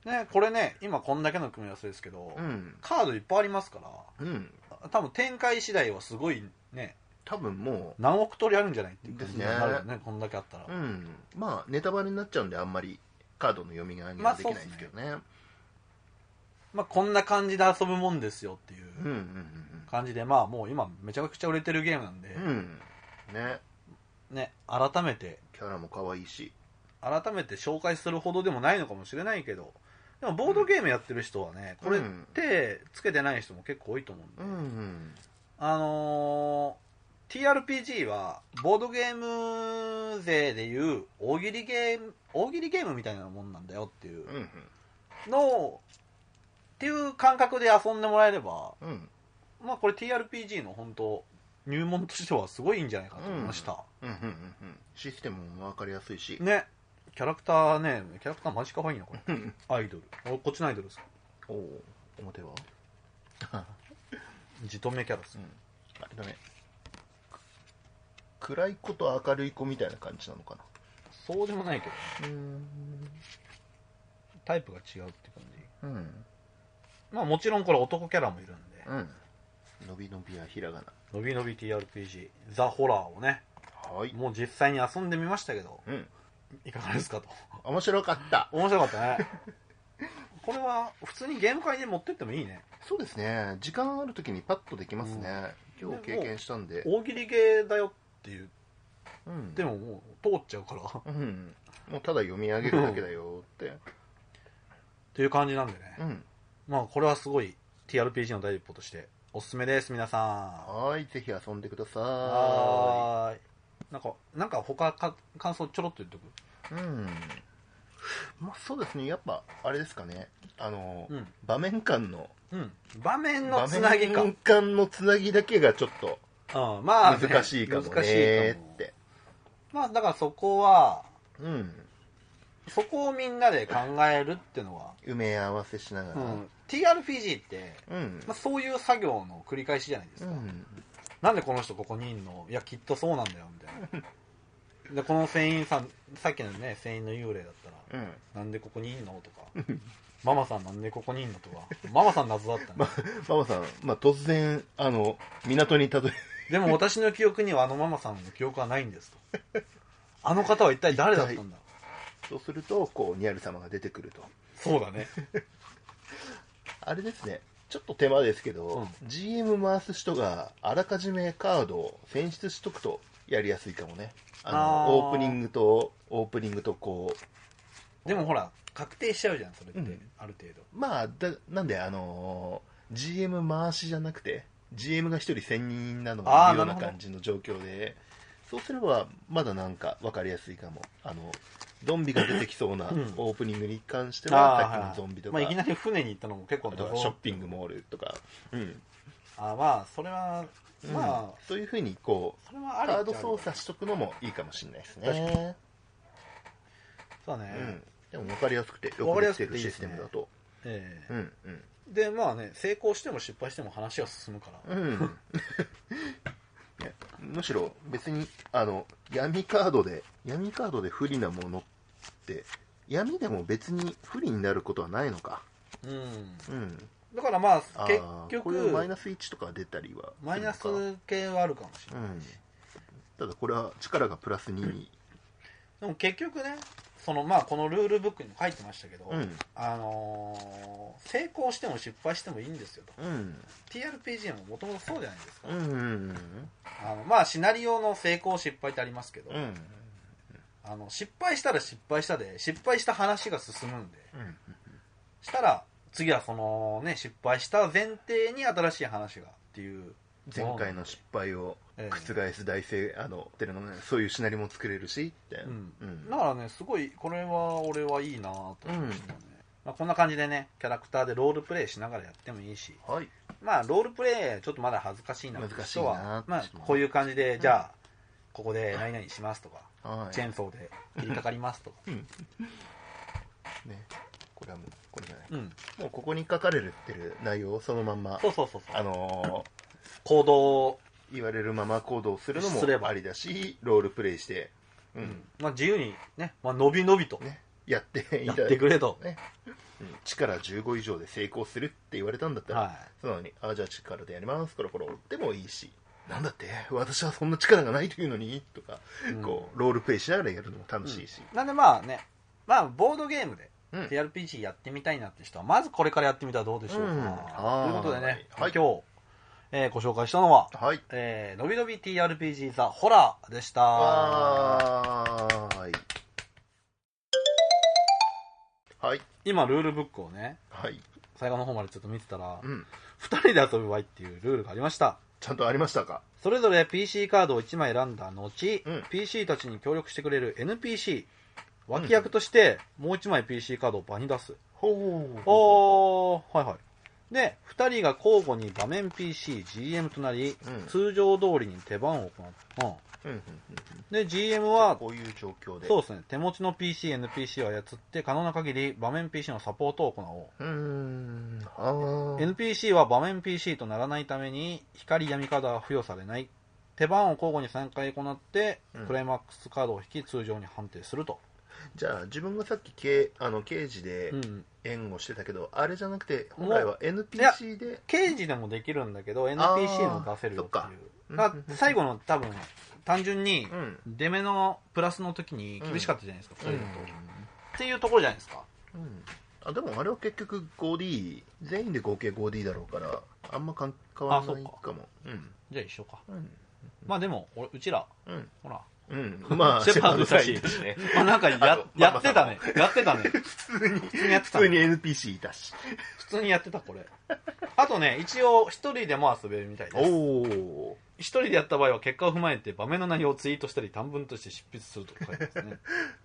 S2: ねこれね今こんだけの組み合わせですけど、
S1: うん
S2: カードいっぱいありますから
S1: うん
S2: 多分展開次第はすごいね
S1: 多分も
S2: 何億通りあるんじゃないっていう感じに
S1: ですね
S2: なるよねこんだけあったら、
S1: ううんまあネタバレになっちゃうんであんまりカードの読みが
S2: まあ
S1: できないんですけどね,、
S2: まあ、こんな感じで遊ぶもんですよっていう
S1: うんうん
S2: 感じでまあもう今めちゃくちゃ売れてるゲームなんで、
S1: うんうんうんね
S2: ね改めて
S1: キャラも可愛いし
S2: 改めて紹介するほどでもないのかもしれないけどでもボードゲームやってる人はねこれ
S1: うん
S2: 手つけてない人も結構多いと思うんで、
S1: うんうん
S2: あのー TRPG はボードゲーム勢でいう大喜利ゲーム大喜利ゲームみたいなもんなんだよっていう
S1: うん
S2: のをっていう感覚で遊んでもらえれば、
S1: うんうん
S2: まあ、これ TRPG の本当入門としてはすごいいいんじゃないかと思いました、
S1: うんうんうんうんシステムも分かりやすいし、
S2: ねキャラクターねキャラクターマジかわいいなこれ
S1: うん
S2: アイドルおこっちのアイドルです
S1: おお表は
S2: 自止めキャラです
S1: あれだね暗い子と明るい子みたいな感じなのか
S2: そうでもないけどね
S1: なうん
S2: タイプが違うって感じ
S1: うん
S2: まあもちろんこれ男キャラもいるんで
S1: うんのびのびやひらが
S2: のびのび TRPG ザ・ホラーをね
S1: なはい
S2: もう実際に遊んでみましたけど
S1: うん
S2: いかがですかと
S1: 面白かった
S2: 面白かったねこれは普通にゲーム会で持ってってもいいね
S1: そうですね時間ある時にパッとできますね、
S2: うん
S1: 今日経験したんで
S2: 大喜利ゲーだよって言
S1: うん
S2: ってももう通っちゃうからっ
S1: うんもうただ読み上げるだけだよって
S2: ていう感じなんでね、
S1: うん
S2: まあこれはすごい TRPG の第一歩としておすすめです皆さん
S1: はいぜひ遊んでください
S2: はーいなんかなんか他か感想ちょろっと言ってく
S1: うんまあそうですねやっぱあれですかねあの、
S2: うん
S1: 場面間の
S2: うん場面のつなぎか
S1: 場面間のつなぎだけがちょっと
S2: うん、まあね、
S1: 難しいかもね
S2: 難しいかも
S1: って
S2: まあだからそこは
S1: うん
S2: そこをみんなで考えるっていうのは、
S1: 埋め合わせしながら
S2: うん TRPG って、
S1: うん
S2: まあ、そういう作業の繰り返しじゃないです
S1: う
S2: か、
S1: ん
S2: なんでこの人ここにいんのいやきっとそうなんだよみたい
S1: *laughs*
S2: なでこの船員さんさっきのね船員の幽霊だったら
S1: うん
S2: なんでここにいんの
S1: *laughs*
S2: とかママさんなんでここにいんのとかママさん謎だったね、
S1: ママさん、まあ、突然あの港にたどり
S2: でも私の記憶にはあのママさんの記憶はないんですとあの方は一体誰だったんだ
S1: そうするとこうニャル様が出てくると
S6: そうだね
S1: あれですねちょっと手間ですけど、GM 回す人があらかじめカードを選出しとくとやりやすいかもねあの
S2: あー
S1: オープニングとオープニングとこう
S2: でもほら確定しちゃうじゃんそれって、
S1: うん
S2: ある程度
S1: まあだなんであのー GM 回しじゃなくて GM が1人1000人なのが
S2: あー
S1: いるような
S2: なるほど
S1: 感じの状況でそうすればまだなんか分かりやすいかもあのゾンビが出てきそうな
S2: うん
S1: オープニングに関しては、
S2: ー
S1: さっきのゾンビとか、
S2: まあ、いきなり船に行ったのも結構
S1: あとはショッピングモールとか、うん
S2: あーまあそれはまあ、
S1: うんそういうふうにこう
S2: それは
S1: カ
S2: ありっちゃあ
S1: ー
S2: り
S1: ド操作しとくのもいいかもしれないです
S2: 確か
S1: ね
S2: そうね、
S1: うん、でも分かりやすくてよ
S2: わか
S1: く
S2: り
S1: できてる
S2: やすくていい
S1: シ
S2: です
S1: ス
S2: ね
S1: テムだと
S2: ええ
S1: うんうん
S2: でまあね成功しても失敗しても話が進むから、
S1: うん *laughs* いやむしろ別にあの闇カードで闇カードで不利なものって闇でも別に不利になることはないのか
S2: うん、
S1: うん
S2: だからまあ
S1: あ
S2: 結
S1: ーこれ
S2: 局
S1: はマイナス1とか出たりはするのか
S2: マイナス系はあるかもしれ
S1: う
S2: ない、
S1: んただこれは力がプラス2に
S2: でも結局ねそのまあこのルールブックにも書いてましたけど、
S1: うん
S2: あのー成功しても失敗してもいいんですよと
S1: うん、
S2: TRPG ももともとそうじゃないですか、
S1: うんうん
S2: あのまあシナリオの成功失敗ってありますけど、
S1: うんうん
S2: あの失敗したら失敗したで失敗した話が進むんで
S1: うん
S2: したら次はそのね失敗した前提に新しい話がっていう
S1: 前回の失敗を
S2: ええ
S1: 覆す大成、あのての、ね、そういうシナリオも作れるしみたいな
S2: うん
S1: うん
S2: だからねすごいこれは俺はいいなと思いましたね、まあ、こんな感じでねキャラクターでロールプレイしながらやってもいいし
S1: はい
S2: まあロールプレイちょっとまだ恥ずかしいなって
S1: 難しい
S2: 人
S1: な
S2: はまあ
S1: ちょっと
S2: こういう感じでじゃあここで何々しますとか、
S1: はい
S2: チェーンソーで切りかかりますとか、
S1: ね、これはもうこれじゃない
S2: うん、
S1: もうここに書かれてる内容をそのまんま
S2: そうそうそうそ
S1: あ
S2: う
S1: の
S2: 行動を、
S1: ー言われるまま行動するの
S2: すれば
S1: もありだしロールプレイして、うん
S2: まあ、自由にね、まあのびのびと
S1: ね、やってい
S2: やった
S1: だ
S2: て
S1: いて、
S2: くれと、
S1: ねうん力15以上で成功するって言われたんだったら、
S2: はい
S1: 素直に「あじゃあ力でやりますコロコロ」でもいいし「なんだって私はそんな力がないというのに」とか、
S2: うん
S1: こうロールプレイしながらやるのも楽しいし、
S2: なんでまあね、まあボードゲームで
S1: うん
S2: TRPG やってみたいなって人は、まずこれからやってみたらどうでしょうか。
S1: うん
S2: ということでね、
S1: はい
S2: 今日、えーご紹介したのは、
S1: はい
S2: えー、のびのび TRPG ザ・ホラーでした。
S1: はーいはい
S2: 今、ルールブックをね、
S1: はい、
S2: 最後の方までちょっと見てたら
S1: う、ん、
S2: 二人で遊ぶ場合っていうルールがありました。
S1: ちゃんとありましたか
S2: それぞれ PC カードを1枚選んだ後、
S1: うん
S2: PC たちに協力してくれる NPC、脇役としてもう1枚 PC カードを場に出す。
S1: ほ
S2: おー、はいはい。で、2人が交互に場面 PC、GM となり、
S1: うん
S2: 通常通りに手番を行う。う
S1: う、う
S2: ん
S1: んうんうん、
S2: で、GM は、
S1: こういう状況で
S2: そうですね、手持ちの PC、NPC を操って可能な限り場面 PC のサポートを行お
S1: うーんあー
S2: う。NPC は場面 PC とならないために、光闇カードは付与されない。手番を交互に3回行って、
S1: うん
S2: クライマックスカードを引き通常に判定すると。
S1: じゃあ自分がさっき刑あの刑事で
S2: うん。
S1: 援護してたけど、あれじゃなくて本来は NPC で
S2: 刑事でもできるんだけど、
S1: あー
S2: NPC も出せるよっていう。
S1: うん
S2: だから最後の多分単純に
S1: うん
S2: 出目のプラスの時に厳しかったじゃないですか、
S1: うん
S2: 二人だとっていうところじゃないですか
S1: うんあでもあれは結局 5D 全員で合計 5D だろうからあんまかん変わらない
S2: あそうか
S1: かもうん
S2: じゃあ一緒か
S1: うん
S2: まあでも俺うちら
S1: うん
S2: ほら
S1: うん、まあ、
S2: *laughs* シェパードだし
S1: シェパードだしね
S2: まあな
S1: *laughs*
S2: んかや
S1: あと
S2: やってたねやってたね
S1: *laughs* 普通に、
S2: 普通にやって
S1: 普
S2: た
S1: 通
S2: ね
S1: に NPC いたし。
S2: 普通にやってたこれあとね一応一人でも遊べるみたいです
S1: お
S2: 一人でやった場合は結果を踏まえて場面の内容をツイートしたり短文として執筆すると書いてま
S1: *laughs*
S2: すね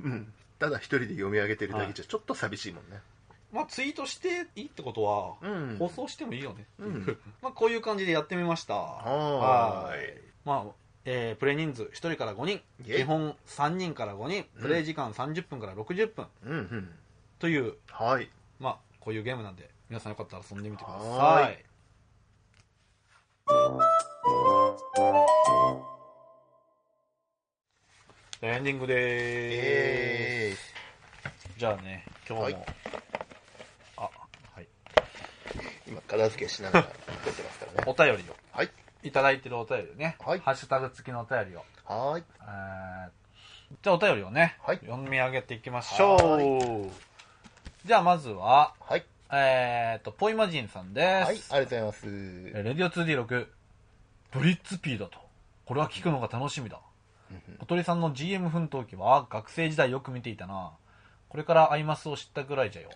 S1: うん。ただ一人で読み上げてるだけじゃちょっと寂しいもんね。
S2: まあツイートしていいってことは
S1: うん
S2: 放送してもいいよねっていう、
S1: う
S2: *laughs* まあこういう感じでやってみました
S1: はーい
S2: まあえープレイ人数1人から5人
S1: イェイ
S2: 基本3人から5人
S1: うん
S2: プレイ時間30分から60分
S1: うんうん。
S2: という、
S1: はい。
S2: まあこういうゲームなんで皆さんよかったら遊んでみてください
S1: はーい
S2: エンディングでーす、
S1: え
S2: じゃあね今日も、
S1: はい
S2: あはい
S1: ー、今、片付けしながら撮ってます
S2: *laughs*
S1: からね。
S2: お便りを
S1: はい。
S2: いただいてるお便りね、
S1: はい
S2: ハッシュタグ付きのお便りを
S1: はーい。
S2: えーじゃあお便りをね、
S1: はい
S2: 読み上げていきましょ
S1: は
S2: うじゃあまずは
S1: はい。
S2: えー、っとポイマジンさんです、
S1: はい、ありがとうございます。
S2: えーレディオ 2D6 ブリッツ P だとこれは聞くのが楽しみだ小鳥さんの GM 奮闘記は学生時代よく見ていたなこれからアイマスを知ったぐらいじゃよ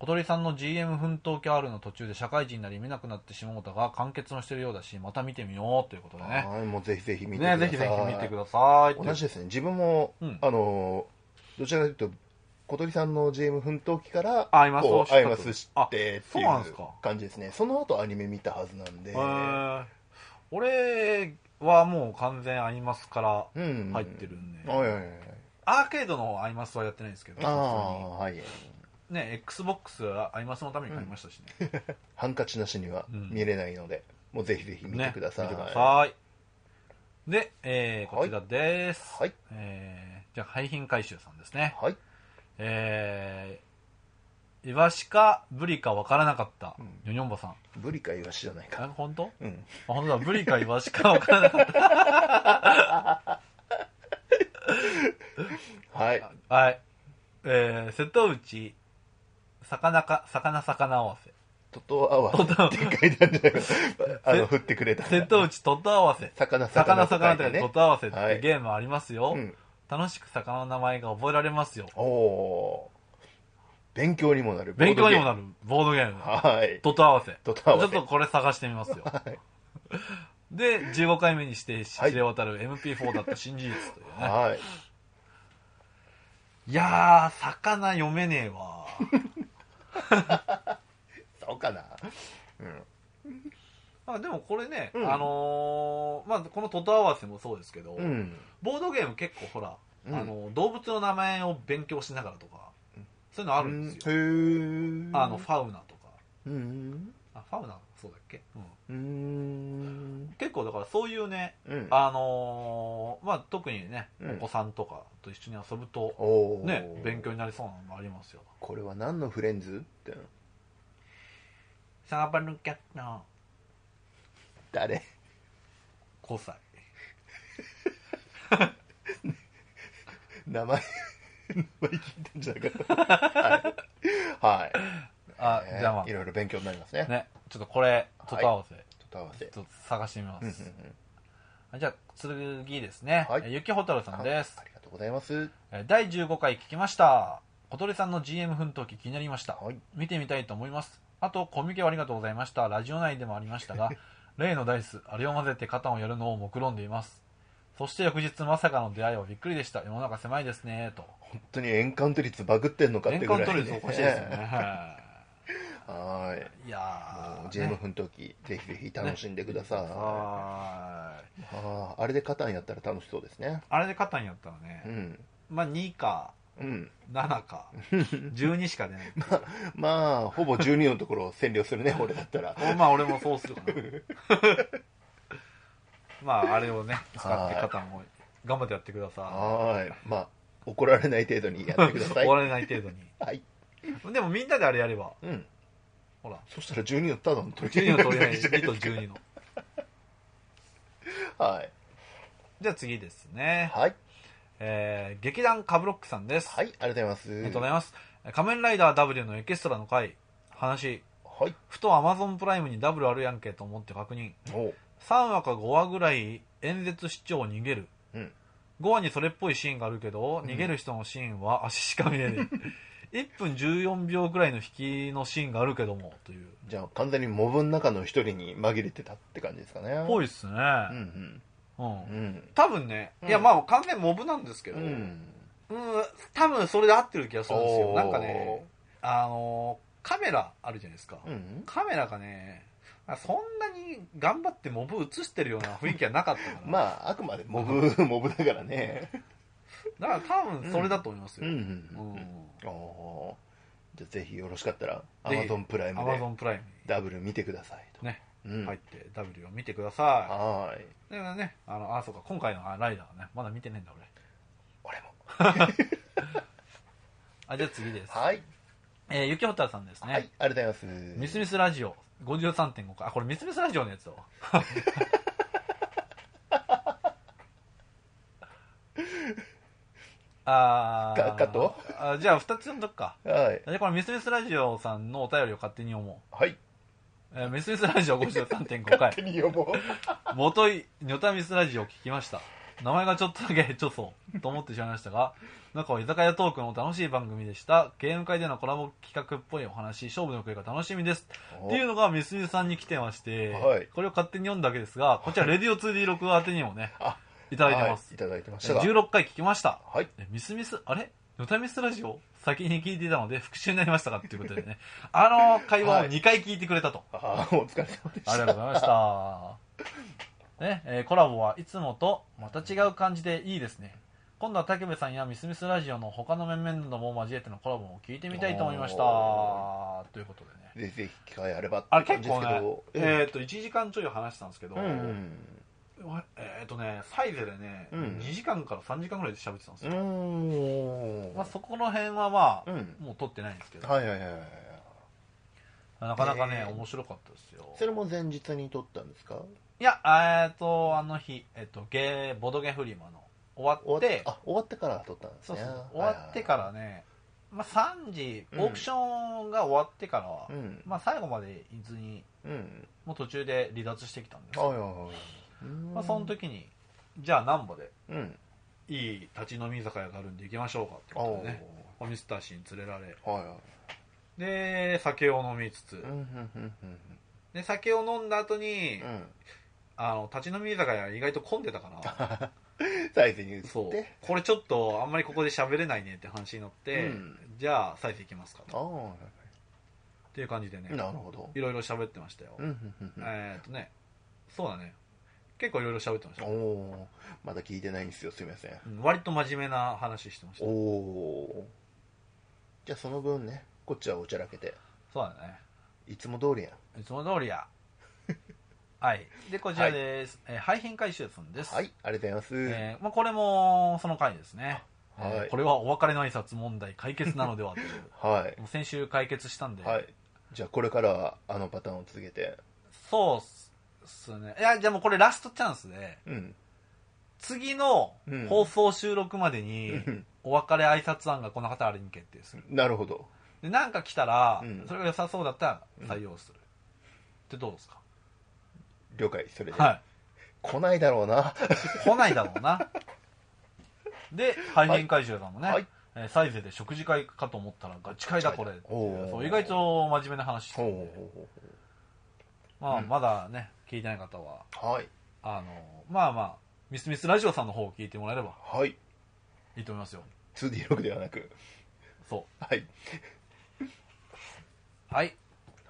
S2: 小鳥さんの GM 奮闘記 R の途中で社会人になり見なくなってしまうたが完結もしてるようだしまた見てみようということでね
S1: はい、もうぜひぜひ見てくださ
S2: ね
S1: い。
S2: ぜひぜひ見てください
S1: 同じですね。自分も、
S2: うん
S1: あのー、どちらかというと、小鳥さんの GM 奮闘記から、
S2: アイマスを知っ
S1: こ
S2: た
S1: う
S2: と
S1: アイマス知ってってい
S2: あそうなんです
S1: う
S2: か
S1: 感じですね。その後アニメ見たはずなんで、
S2: えー俺はもう完全アイマスから
S1: うん
S2: 入ってるんで、
S1: はいはいはいはい。
S2: アーケードのアイマスはやってないんですけど
S1: あ
S2: 普通
S1: あ
S2: に、
S1: はい。
S2: ね XBOX はアイマスのために買いましたしね、
S1: ハンカチなしには
S2: うん
S1: 見れないので、もうぜひぜひ見てください。
S2: ね見てくださいで、えー
S1: は
S2: こ
S1: い
S2: ちらです、
S1: はい
S2: えーじゃあ廃品回収さんですね
S1: はい。
S2: えーイワシかブリか分からなかった、
S1: うん
S2: ヨニョンボさん。
S1: ブリかイワシじゃない
S2: あ
S1: か。、
S2: 本当あ、
S1: うん。
S2: 本当だ、ブリかイワシか分からなかっ
S1: はい。
S2: た。 *laughs* はい。えー、瀬戸内、魚か、魚魚合わせ。 *laughs*
S1: トトアワ
S2: トト
S1: ーって書いてあるんじゃないか。あの、
S2: *laughs* せ
S1: 振ってくれた。
S2: 瀬戸内、トト合わせ。
S1: 魚、魚、
S2: 魚魚って書いてトト合わせっ
S1: は
S2: て
S1: い
S2: ゲームありますよ。
S1: うん。
S2: 楽しく魚の名前が覚えられますよ。
S1: おおー。勉強にもなる。
S2: 勉強にもな
S1: る。
S2: る、ボードゲーム。
S1: はい。
S2: トト合わせ。
S1: トト合わせ
S2: ちょっとこれ探してみます
S1: *laughs*
S2: よ。
S1: はい
S2: で、15回目にして知
S1: はい
S2: れ渡る MP4 だった新事実というね。
S1: はい。
S2: いやー、魚読めねえ
S1: *laughs*
S2: わ。
S1: そうかな。うん。
S2: あでもこれね、
S1: うん
S2: あのーまあ、このトト合わせもそうですけど、
S1: うん。
S2: ボードゲーム結構ほら、
S1: うん
S2: あの動物の名前を勉強しながらとか、そういうのあるんですよ。
S1: うんへー
S2: あの、ファウナとか。
S1: うん。
S2: あ、ファウナそうだっけ、うん、
S1: うん。
S2: 結構だからそういうね、
S1: うん。
S2: あのーまあ、特にね、
S1: うん
S2: お子さんとかと一緒に遊ぶと、
S1: おお。
S2: ね、勉強。になりそうなのもありますよ。
S1: これは何のフレンズって。
S2: サーバルキャッナ
S1: 誰
S2: ー5歳。
S1: 名前、名前聞いたんじゃなかっ
S2: *laughs*
S1: た。はい。はい。
S2: あ、
S1: えー
S2: じゃあま
S1: いろいろ勉強になりますね。
S2: あ、ね、ちょっとこれ、トト合わせ、
S1: ちょっと合わせ。
S2: ちょっと探してみま
S1: うんうん
S2: す。
S1: うん
S2: じゃあ、次ですね。
S1: はい
S2: えーゆきほたるさんです
S1: あ。りがとうございます。
S2: えー第15回聞きました。小鳥さんの GM 奮闘記気になりました。
S1: はい
S2: 見てみたいと思います。あと、コミケをありがとうございました。ラジオ内でもありまし
S1: *laughs*
S2: たが、例のダイス、あれを混ぜて肩をやるのを目論んでいます。そして翌日まさかの出会いはびっくりでした。世の中狭いですね、と。
S1: 本当にエンカウント率バグってんのかって
S2: 年
S1: ぐらい、
S2: 間取る率おかしいですよ
S1: *laughs*
S2: ね。。は
S1: はい
S2: い
S1: い。
S2: や
S1: もう
S2: ー。
S1: GM
S2: ね
S1: 奮闘記、ぜひぜひ楽しんでください。
S2: はーい。
S1: あーあれでカタンやったら楽しそうですね。
S2: あれで肩にやったら
S1: う
S2: ね、
S1: ん。
S2: まあ2か、
S1: うん。
S2: 7か、12しか出ない。
S1: まあ、ほぼ12のところを占領するね、 *laughs* 俺だったら。
S2: まあ俺もそうするかな *laughs* まああれをね使って方も頑張ってやってくださ
S1: はい。まあ、怒られない程度にやってくだ
S2: い *laughs*
S1: さい。
S2: 終
S1: は
S2: われない程度に
S1: い。
S2: でもみんなであれやれば
S1: うん。
S2: ほら
S1: そしたら12のただの取り
S2: 12の取り合い
S1: じゃな
S2: 2
S1: い
S2: と12の
S1: *laughs* はい。
S2: じゃあ次ですね、
S1: はい。
S2: えー、劇団カブロックさんです、
S1: はい。ありがとうございます。
S2: ありがとうございます仮面ライダー W のエキストラの回話
S1: はい。
S2: ふとアマゾンプライムにダブルあるやんけと思って確認
S1: おう
S2: 3話か5話ぐらい演説市長を逃げる
S1: うん。
S2: 5話にそれっぽいシーンがあるけど、逃げる人のシーンは足しか見えない。1分14秒ぐらいの引きのシーンがあるけども、という。
S1: じゃあ、完全にモブの中の一人に紛れてたって感じですかね。
S2: ぽいっすね。
S1: うん
S2: う。
S1: うん。うんん。
S2: 多分ね、
S1: うん
S2: いやまあ完全にモブなんですけど、
S1: う
S2: うん、
S1: ん。
S2: 多分それで合ってる気がするんですよ。
S1: おー
S2: なんかね、あのーカメラあるじゃないですか。
S1: うん。
S2: カメラがね、あそんなに頑張ってモブ映してるような雰囲気はなかったから、
S1: まあ、あくまでモブ、モブだからね。
S2: だから多分それだと思います
S1: う
S2: よ。
S1: ん
S2: うん
S1: うん。おーじゃあ、ぜひよろしかったら、ア
S2: ぜひ
S1: マゾンプライム
S2: アマ
S1: で
S2: ゾンプライム
S1: ダブル見てくださいと。
S2: にね、
S1: うん。
S2: 入って、W を見てください。
S1: はーい。
S2: だからね、あの、あ、そうか、今回のあライダーはね、まだ見てねえんだ俺。
S1: 俺も。
S2: あ、じゃあ次です。
S1: はい。
S2: えー、ゆきほたるさんですね。
S1: はい。ありがとうございま
S2: ミ
S1: す。
S2: スミスラジオ53.5回。あ、これミスミスラジオのや
S1: *laughs*
S2: つだわ。あー
S1: かカット
S2: あじゃあ2つ読んどくか
S1: はい。
S2: じゃあこれミスミスラジオさんのお便りを勝手に読も
S1: はい。
S2: う、えーミスミスラジオ53.5回
S1: *laughs* 勝手に読も
S2: 元いニョタミスラジオを聞きました名前がちょっとだけ *laughs* ちょそうと思ってしまいましたが中は居酒屋トークの楽しい番組でしたゲーム会でのコラボ企画っぽいお話勝負の声が楽しみです
S1: お
S2: *laughs* っていうのがミスミスさんに来てまして、
S1: はい
S2: これを勝手に読んだわけですがこちらレディオ 2D6 宛てにもね
S1: *laughs* あ
S2: いた
S1: う。
S2: だいてます
S1: は、い。いただいてましたが。
S2: 16回聞きました
S1: はい。
S2: えミスミスあれのたミスラジオ先に聞いていたので復習になりましたかっていうことでね *laughs* あの会話を2回聞いてくれたと、
S1: ああ、お疲れ様でした。
S2: ありがとうございました。 *laughs* ね、えーコラボはいつもとまた違う感じでいいですね。今度は武部さんやミスミスラジオの他の面々なども交えてのコラボも聞いてみたいと思いました。
S1: お
S2: ということで
S1: ぜ
S2: ね。
S1: ひぜひ機会あればって
S2: あれ結
S1: 感
S2: 構
S1: じ
S2: ね、
S1: ですけど
S2: えっ、と、1時間ちょい話したんですけど、
S1: うんうん
S2: えっ、とね、サイゼでね、
S1: うん
S2: 2時間から3時間ぐらいで喋ってたんです
S1: う
S2: よ。
S1: ん
S2: まあ、そこの辺はまあ、
S1: うん
S2: もう撮ってないんですけど、
S1: はいはいはいはい
S2: なかなかね、
S1: えー
S2: 面白かったですよ。
S1: それも前日に撮ったんですか
S2: いや、えっ、と、あの日、えっ、と、ゲー、ボドゲフリマの終わっ
S1: 終わ
S2: て
S1: っ、あ終わってから撮ったんです
S2: そう
S1: ね
S2: そうそう終わってからね、まあ、3時
S1: うん
S2: オークションが終わってからは、
S1: はいはいうん
S2: まあ、最後までいずに
S1: うん
S2: もう途中で離脱してきたんです
S1: はい
S2: よ
S1: はいはい
S2: まあ、その時にじゃあ難波で
S1: うん
S2: いい立ち飲み居酒屋があるんで行きましょうかって
S1: ああ
S2: ことでねおミスター氏に連れられ
S1: はいはい
S2: で酒を飲みつ
S1: う
S2: つ、
S1: んうんうんうん
S2: で酒を飲んだ後に、
S1: うん
S2: あの立ち飲み居酒屋意外と混んでたから
S1: *laughs* 最初に言
S2: そ
S1: っ
S2: う
S1: て
S2: これちょっとあんまりここで喋れないねって話になって、
S1: うん
S2: じゃあ再生行きますか
S1: あ
S2: と
S1: あ
S2: っていう感じでね
S1: なるほど
S2: いろいろ喋ってましたよ、
S1: うんうんうんうん
S2: えーっとね、そうだね。結構いろいろ喋ってました
S1: お。おーまだ聞いてないんですよすみません
S2: うん割と真面目な話してました
S1: お。おーじゃあその分ねこっちはおちゃらけて
S2: そうだね。
S1: いつも通りやん
S2: いつも通
S1: *laughs*
S2: りや。はい。で、こちらです。えー廃品回収さんです。
S1: はいありがとうございます
S2: えーまあ、これも、その回ですね。
S1: はい
S2: えーこれはお別れの挨拶問題解決なので
S1: *laughs*
S2: はという。
S1: はい
S2: もう先週解決したんで。
S1: はい。じゃあ、これからはあのパターンを続けて。
S2: そうっすね。いや、じゃあもうこれラストチャンスで、
S1: うん。
S2: 次の
S1: うん
S2: 放送収録までに、
S1: うん
S2: お別れ挨拶案がこの方あれに決定する。
S1: なるほど。
S2: でなんか来たら、
S1: うん
S2: それが良さそうだったら採用する、ってどうですか
S1: 了解、それで。
S2: はい
S1: 来ないだろうな。
S2: 来ないだろうなで廃品回収さんもね、
S1: はい
S2: えーサイゼで食事会かと思ったらガチ会だこれ
S1: おー
S2: そう意外と。真面目な話して
S1: ほ
S2: て
S1: うほうほ
S2: まあ
S1: うん
S2: まだね聞いてない方は
S1: うはい。
S2: あのまあまあミスミスラジオさんの方を聞いてもらえれば
S1: はい。
S2: いいと思いますよ
S1: 2D6 ではなく。
S2: そ
S1: はい。
S2: うはい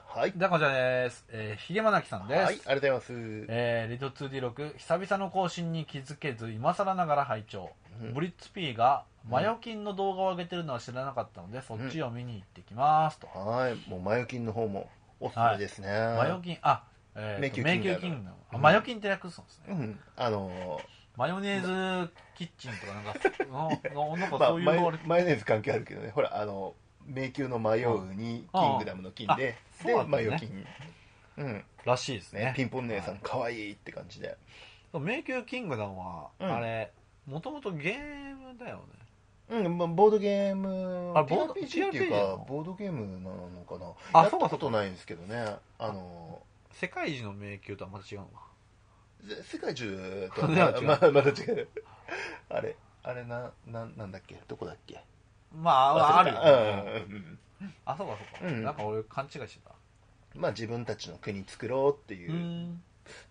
S1: はい。
S2: ではこちらです、えー、ひげまなきさんです、
S1: はい。ありがとうございます。
S2: えー、レディオ 2D6 久々の更新に気づけず今更ながら拝聴、
S1: うん
S2: ブリッツ P がマヨキンの動画を上げてるのは知らなかったので、そっちを見に行ってきますと、
S1: はい。もう、マヨキンの方もおすすめですね。
S2: マヨキンあえーと、迷
S1: 迷宮
S2: 宮
S1: キ
S2: キ
S1: ングダム
S2: ングダムあ
S1: うん
S2: マヨキンって略すんですね、
S1: うん。あの
S2: マヨネーズキッチンとかなんかののな
S1: ー、
S2: んか
S1: まあ、
S2: そういう
S1: マ
S2: の
S1: ヨ
S2: あれ、
S1: マヨネーズ関係あるけどね。ほら、あの、迷宮の迷うに、キングダムの金で、
S2: あそう
S1: で、
S2: なんだ
S1: マ
S2: ね
S1: ヨキン。うん。
S2: らしいですね
S1: ね、ピンポン姉さん、可愛いって感じで。
S2: 迷宮キングダムは、
S1: うん
S2: あれもともとゲームだよね
S1: うん、まあ、ボードゲーム、
S2: あボード
S1: TRPG っていう
S2: な
S1: か
S2: の、
S1: ボードゲームなのかな。
S2: あ
S1: やっ
S2: そう
S1: たこ
S2: かそうか
S1: とないんですけどね。あの、
S2: 世界一の迷宮とはまた違うのか
S1: ぜ世界中
S2: *laughs*
S1: とは
S2: いや
S1: ま
S2: 違う
S1: ままだ違う。あれ、あれな、なん、なんだっけどこだっけ
S2: まあ
S1: 忘
S2: ある
S1: れ
S2: よ
S1: た
S2: ね、
S1: うんうん
S2: あそうかそう
S1: う
S2: か、
S1: ん
S2: なんか俺勘違いしてた
S1: うん。まあ、自分たちの国作ろうっていうう、
S2: ん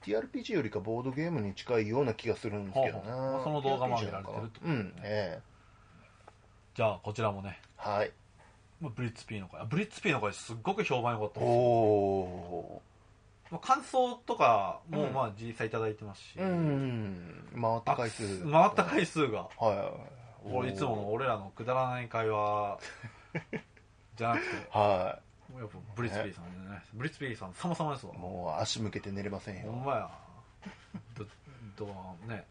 S1: TRPG よりかボードゲームに近いような気がするんですけどね
S2: ほうほうまあ。その動画も上げられてるってこと
S1: う
S2: ね
S1: ん、ええ。
S2: じゃあこちらもね、
S1: はい。
S2: まあ、ブリッツ P の声あブリッツ P の声すっごく評判良かった
S1: お
S2: ですよ
S1: お
S2: まあ感想とかも
S1: うん
S2: まあ実際いただいてますし、
S1: ー。うん。回った回数。
S2: あ回った回数が
S1: はいはいはい。
S2: これいつもの俺らのくだらない会話 *laughs* じゃなくて
S1: はい。
S2: もうやっぱブリッツ P さんでねブリッツ P さん様々ですわ
S1: もう足向けて寝れません
S2: ほん
S1: よ。
S2: まやどどね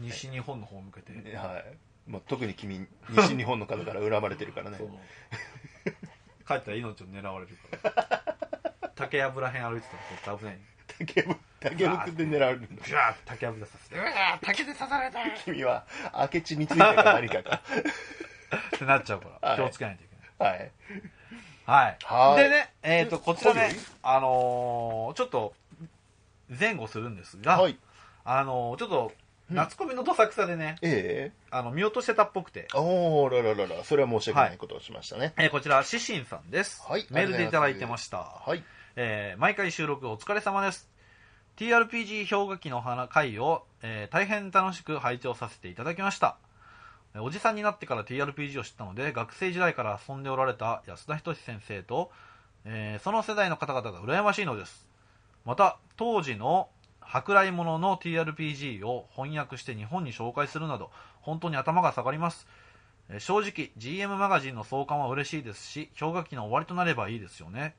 S2: 西日本の方向けて、
S1: はい。もう特に君、西日本の方から恨まれてるからね
S2: *laughs* そ。う帰ったら命を狙われるから竹やぶらへん歩いてたら絶対危ない
S1: *laughs* 竹ぶ竹ぶつで狙われるの
S5: ぐわー竹破り出させてうわー竹で刺された
S1: 君は明智についてか何か
S2: *laughs*
S1: か
S2: ってなっちゃうから、
S1: はい
S2: 気をつけないといけない
S1: はい
S2: はい。
S1: はい
S2: でね、えっ、と、こちらね
S1: はい、
S2: あのーちょっと、前後するんですが、
S1: はい
S2: あのーちょっと、
S1: うん
S2: 夏コミのどさくさでね、
S1: え
S2: あの、見落としてたっぽくて、
S1: えおおららららそれは申し訳ないことをしましたね
S2: えーこちら、シシンさんです。
S1: はい
S2: メールでいただいてました。
S1: はい
S2: えー毎回収録お疲れ様です。TRPG 氷河期の花会を、えー大変楽しく拝聴させていただきました。えーおじさんになってから TRPG を知ったので、学生時代から遊んでおられた安田仁先生と、えーその世代の方々が羨ましいのです。また、当時の舶来物の TRPG を翻訳して日本に紹介するなど、本当に頭が下がります。えー正直、GM マガジンの創刊は嬉しいですし、氷河期の終わりとなればいいですよね。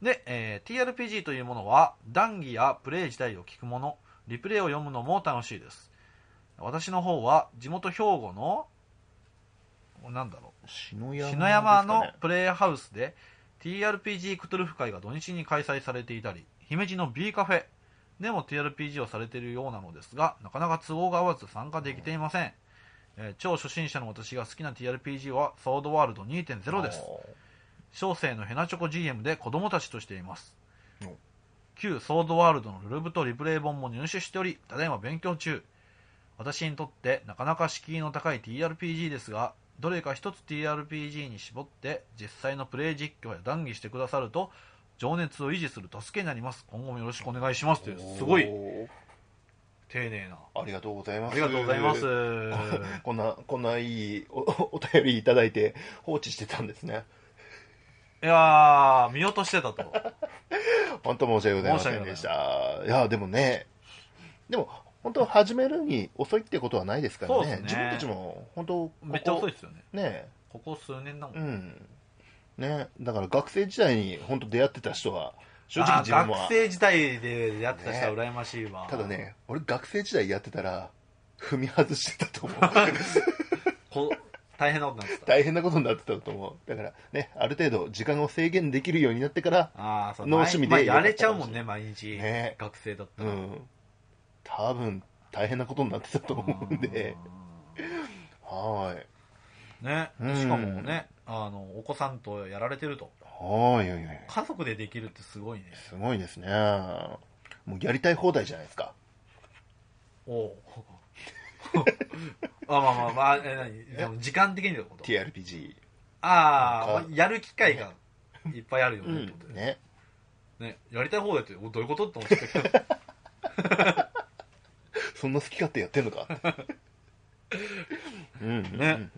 S2: で、えー TRPG というものは、談義やプレイ自体を聞くもの、リプレイを読むのも楽しいです。私の方は、地元兵庫の、なんだろう、
S1: 篠
S2: 篠山のプレイハウスで TRPG クトゥルフ会が土日に開催されていたり姫路の B カフェでも TRPG をされているようなのですがなかなか都合が合わず参加できていません、えー超初心者の私が好きな TRPG はソードワールド2.0です小生のヘナチョコ GM で子供たちとしています
S1: お
S2: 旧ソードワールドのルルブとリプレイ本も入手しておりただいま勉強中私にとってなかなか敷居の高い TRPG ですがどれか一つ TRPG に絞って実際のプレイ実況や談義してくださると情熱を維持する助けになります今後もよろしくお願いしますというすご
S1: お
S2: い
S1: ー
S2: 丁寧な
S1: ありがとうございます
S2: ありがとうございます
S1: こんなこんないいお *laughs* おお便りいただいて放置してたんですね
S2: *laughs* いやー見落としてたと
S1: 本当申し訳ございませんでしたいやでもねでも本当始めるに遅いってことはないですから
S2: そう
S1: ね
S2: ですね
S1: 自分たちも本当ここ
S2: めっちゃ遅いですよね
S1: ね
S2: ここ数年だもん、
S1: うんねだから学生時代に本当出会ってた人は正直
S2: あー
S1: 自分は
S2: 学生時代でやってた人は羨ましいわ、
S1: ただね俺学生時代やってたら踏み外してた
S2: *laughs*
S1: と思う
S2: こ大変なことになってた
S1: 大変なことになってたと思うだからねある程度時間を制限できるようになってから
S2: ああそう
S1: 脳趣味で
S2: 毎まあやれちゃうもんね毎日、
S1: ね
S2: 学生だった
S1: う
S2: ら、
S1: ん多分大変なことになってたと思うんではい
S2: ね
S1: うん
S2: しかもねあのお子さんとやられてると
S1: はいはいはい
S2: 家族でできるってすごいね
S1: すごいですねもうやりたい放題じゃないですか
S2: おお *laughs* あまあまあまあえ何でも時間的にってこと
S1: TRPG
S2: あ
S1: な
S2: あ
S1: んか
S2: やる機会がいっぱいあるよねってことで
S1: ね
S2: ねやりたい方だっておどういうことって思ってたけど
S1: そんな好き勝手やってんのか *laughs* うんうんうん
S2: ね
S1: ね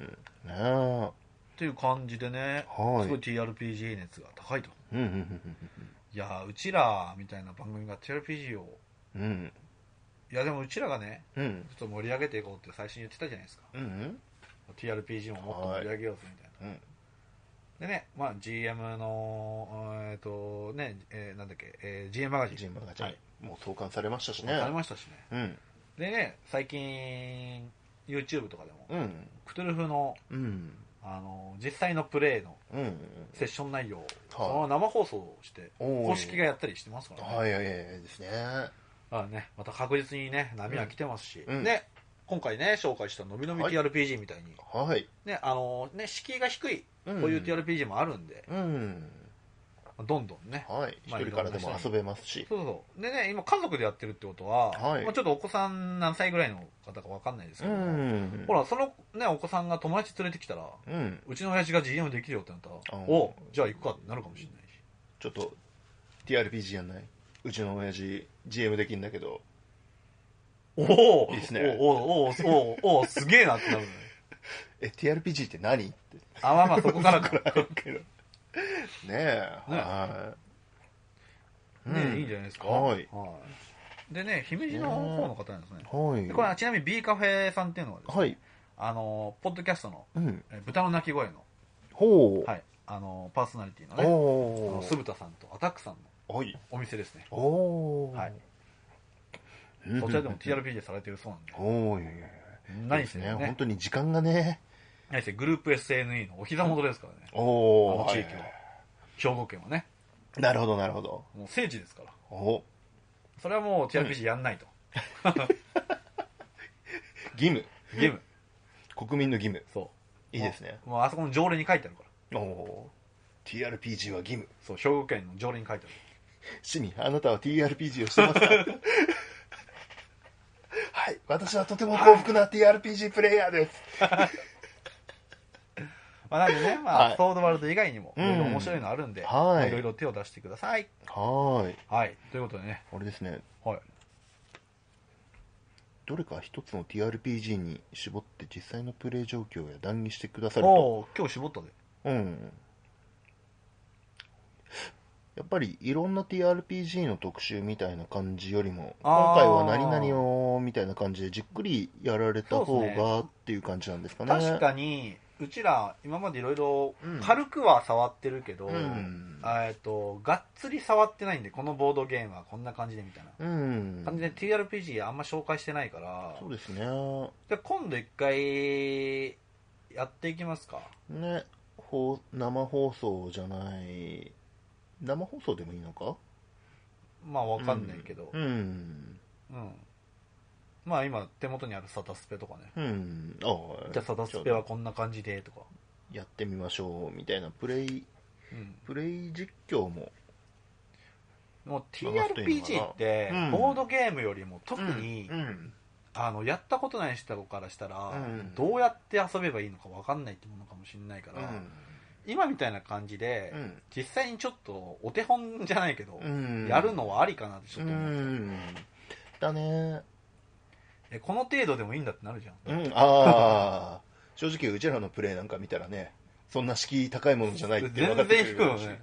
S1: は
S2: っていう感じでねすごい
S1: い
S2: TRPG 熱が高いと
S1: うんうん
S2: いやーうちらみたいな番組が TRPG を
S1: うんうん
S2: いやでもうちらがね
S1: うんうん
S2: ちょっと盛り上げていこうって最初に言ってたじゃないですか
S1: うんうん
S2: TRPG ももっと盛り上げようぜみたいな、
S1: はいうん
S2: でねまあ GM のえっ、とね、えーなんだっけ、えー GM マガジン
S1: ジンバガチャ
S2: はい
S1: もう創刊されましたしね
S2: ありましたしね
S1: うん
S2: でね最近 YouTube とかでも、
S1: うん
S2: クトゥルフの
S1: うん
S2: あの実際のプレイの
S1: うん
S2: セッション内容をそのまま生放送をして
S1: おー
S2: 公式がやったりしてますからね,、
S1: はいはいはいですね
S2: あねまた確実にね波は来てますし、
S1: うんうん
S2: で今回ね紹介したのびのび
S1: はい
S2: TRPG みたいに、
S1: はい
S2: ねあのね敷居が低い
S1: うん
S2: こういう TRPG もあるんで、
S1: うん
S2: どんどんね。
S1: はい一
S2: まあ
S1: 人からでも遊べますし
S2: そうそう。でね、今家族でやってるってことは、
S1: はい
S2: まあちょっとお子さん何歳ぐらいの方かわかんないです
S1: う
S2: けど、
S1: ん
S2: ほら、そのね、お子さんが友達連れてきたら、
S1: うん
S2: うちの親父が GM できるよってなったら、
S1: うん
S2: おじゃあ行くかってなるかもしれないし。
S1: ちょっと TRPG やんないうちの親父 GM できんだけど
S2: お
S1: い
S2: お
S1: いっすね
S2: おおーおーおーおーおーすげえなってなるね。
S1: え TRPG って何って
S2: あ、まあまあそこからか。
S1: あるけどねえ
S2: ね
S1: はい
S2: ね、
S1: うん
S2: いいんじゃないですか。
S1: はい
S2: でね、姫路の方の方なんですね。
S1: はい
S2: でこれはちなみに B カフェさんっていうのはですね、
S1: はい
S2: あの、ポッドキャストの、
S1: うん
S2: え豚の鳴き声の、
S1: ほう
S2: はい、あの、パーソナリティのね、あ
S1: お
S2: の
S1: ー
S2: 酢豚さんとアタックさんの
S1: はい
S2: お店ですね、
S1: おー
S2: はい、
S1: うん
S2: そちらでも TRPG されてるそうなんで、
S1: おーいやいやい
S2: 何せ
S1: やね
S2: ね
S1: 本当に時間がね
S2: 何せグループ SNE のお膝元ですからね、
S1: お
S2: あ
S1: お
S2: の地域は、兵庫県はね、
S1: なるほど、なるほど。
S2: もう聖地ですから。
S1: お
S2: それはもう TRPG やんないと。
S1: 義務。
S2: ゲーム。
S1: 国民の義務。
S2: そ
S1: いいですね。
S2: う。もうあそこの条例に書いてあるから。
S1: おおー TRPG は義務。
S2: そう、兵庫県の条例に書いてある。
S1: 市民、あなたは TRPG をして
S2: *laughs*
S1: ますかはい、私はとても幸福な TRPG プレイヤーです。
S2: まあ、なんでね、まあ、
S1: はい
S2: ソードワールド以外にも、い
S1: うん
S2: ろいろ面白いのあるんで、
S1: はい
S2: まあいろいろ手を出してください。
S1: はーい。
S2: はい。ということでね、
S1: あれですね、
S2: はい。
S1: どれか一つの TRPG に絞って実際のプレイ状況や談義してくださると
S2: おお今日絞ったで。
S1: うん。やっぱりいろんな TRPG の特集みたいな感じよりも、
S2: あー
S1: 今回は何々をみたいな感じでじっくりやられた
S2: そう
S1: 方
S2: ですね
S1: がっていう感じなんですかね。
S2: 確かに、うちら、今までいろいろ
S1: うん、
S2: 軽くは触ってるけど、
S1: うん
S2: えっと、がっつり触ってないんで、このボードゲームはこんな感じでみたいな。
S1: うん。
S2: 感じで TRPG あんま紹介してないから、
S1: そうですね。
S2: じゃあ今度一回、やっていきますか。
S1: ね、ほう生放送じゃない、生放送でもいいのか
S2: まあ、わかんないけど
S1: う。ん。
S2: うん。まあ、今、手元にあるサタスペとかね。
S1: うん。あ
S2: じゃあ、サタスペはこんな感じで、とか。
S1: やってみましょうみたいなプレイ、
S2: うん。
S1: プレイ実況も
S2: もう
S1: 話すというのかな
S2: TRPG って
S1: うん、
S2: ボードゲームよりも特に、
S1: うん
S2: あの、やったことない人からしたら、
S1: うん
S2: どうやって遊べばいいのかわかんないってものかもしれないか
S1: う
S2: ら、
S1: ん
S2: 今みたいな感じで、
S1: うん
S2: 実際にちょっとお手本じゃないけど、
S1: うん
S2: やるのはありかなってち
S1: う
S2: ょっと思って、
S1: んだね
S2: えこの程度でもいいんだってなるじゃん。
S1: うん
S2: *laughs*
S1: ああ正直うちらのプレイなんか見たらねそんな敷居高いものじゃないって分か
S2: 全
S1: って
S2: 然
S1: くれ
S2: 引
S1: る
S2: くよね。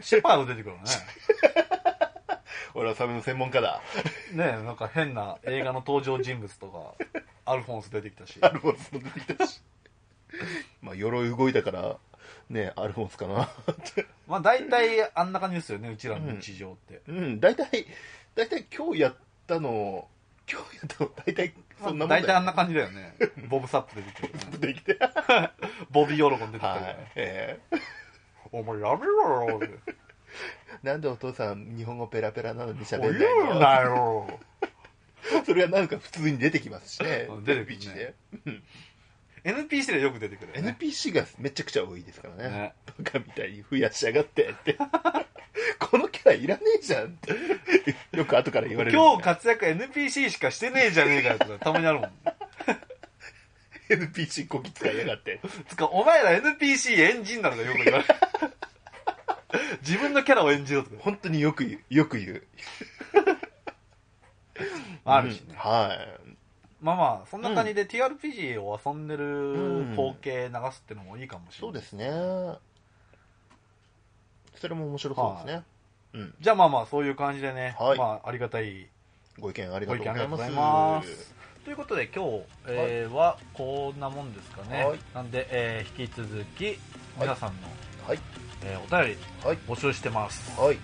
S2: シェパード出てく
S1: *laughs*
S2: るよね。
S1: 俺はサメの専門家だ
S2: ねえなんか変な映画の登場人物とか、 *laughs* アルフォンス出てきたし。
S1: アルフォンスも出てきたし *laughs* まあ鎧動いたからねアルフォンスかな
S2: まあ大体あんな感じですよね、うちらの日常って。
S1: うん大体大体今日やったの今日やったの大体そんな
S2: まあ
S1: もんだ
S2: 大体あ
S1: よ
S2: んな感じだよ
S1: *laughs*
S2: ね。ボブサップ出てきたりとかね。
S1: できて
S2: ボビー喜んでてきた
S1: は
S2: りとか
S1: い
S2: ね。
S1: え
S2: お前やめろよ。
S1: ーなんでお父さん日本語ペラペラなのに喋んない
S2: おい
S1: の
S2: 言うなよ。
S1: *laughs* それはなんか普通に出てきますしね
S2: *laughs* うん出てくるね
S1: NPC で
S2: NPC でよく出てくるよね。
S1: NPC がめちゃくちゃ多いですからね
S2: ね
S1: バカみたいに増やしやがってって *laughs* このキャラいらねえじゃんってよく後から言われる
S2: 今日活躍 NPC しかしてねえじゃねえかよとかたまにあるもん。
S1: NPC こき使いやがって
S2: つか、お前ら NPC エンジンなのかよく言われる。自分のキャラを演じようとか。
S1: 本当によく言うよく言う
S2: あるし
S1: うん
S2: ね。
S1: はい
S2: まあまあ、そんな感じで TRPG を遊んでる光景流すってのもいいかもしれ
S1: そう
S2: ない。
S1: ですねそれも面白そうですね、うん、
S2: じゃあまあまあ、そういう感じでね、
S1: はい
S2: まあ、ありがたい
S1: ご意見ありが
S2: ご
S1: とうご
S2: 意見あ
S1: ざ
S2: りが
S1: い
S2: とうご
S1: ます
S2: ざいます。ということで今日、えーはこんなもんですかね。
S1: はい
S2: なんで、えー引き続き、皆さんの、
S1: はい
S2: えーお便
S1: はい
S2: り募集してます。
S1: はい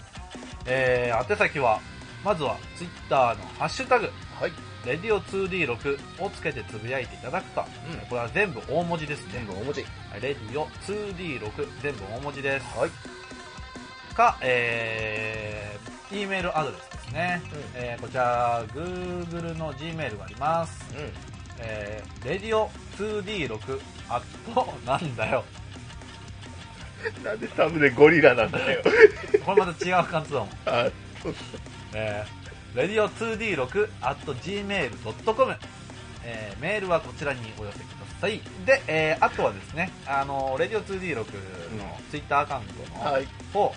S2: えー宛先は、まずは Twitter のハッシュタグ、
S1: はい
S2: レディオ 2D6 をつけてつぶやいていただくと、
S1: うん
S2: これは全部大文字ですね
S1: 全。部おもち
S2: レディオ 2D6 全部大文字です。
S1: はい
S2: か、えー、E メールアドレスですね。
S1: うん
S2: えーこちら、Google の G メールがあります。
S1: う
S2: えー、レディオ 2D6 アット、なんだ
S1: *laughs*
S2: よ。
S1: んなんでサムネゴリラなんだよ
S2: これまた違う感じだもん。
S1: あ
S2: えー、レディオ 2D6 アット gmail.com えー、メールはこちらにお寄せください。で、えー、あとはですね、あの、レディオ 2D6 のツイッターアカウン
S1: は
S2: ト
S1: い
S2: の方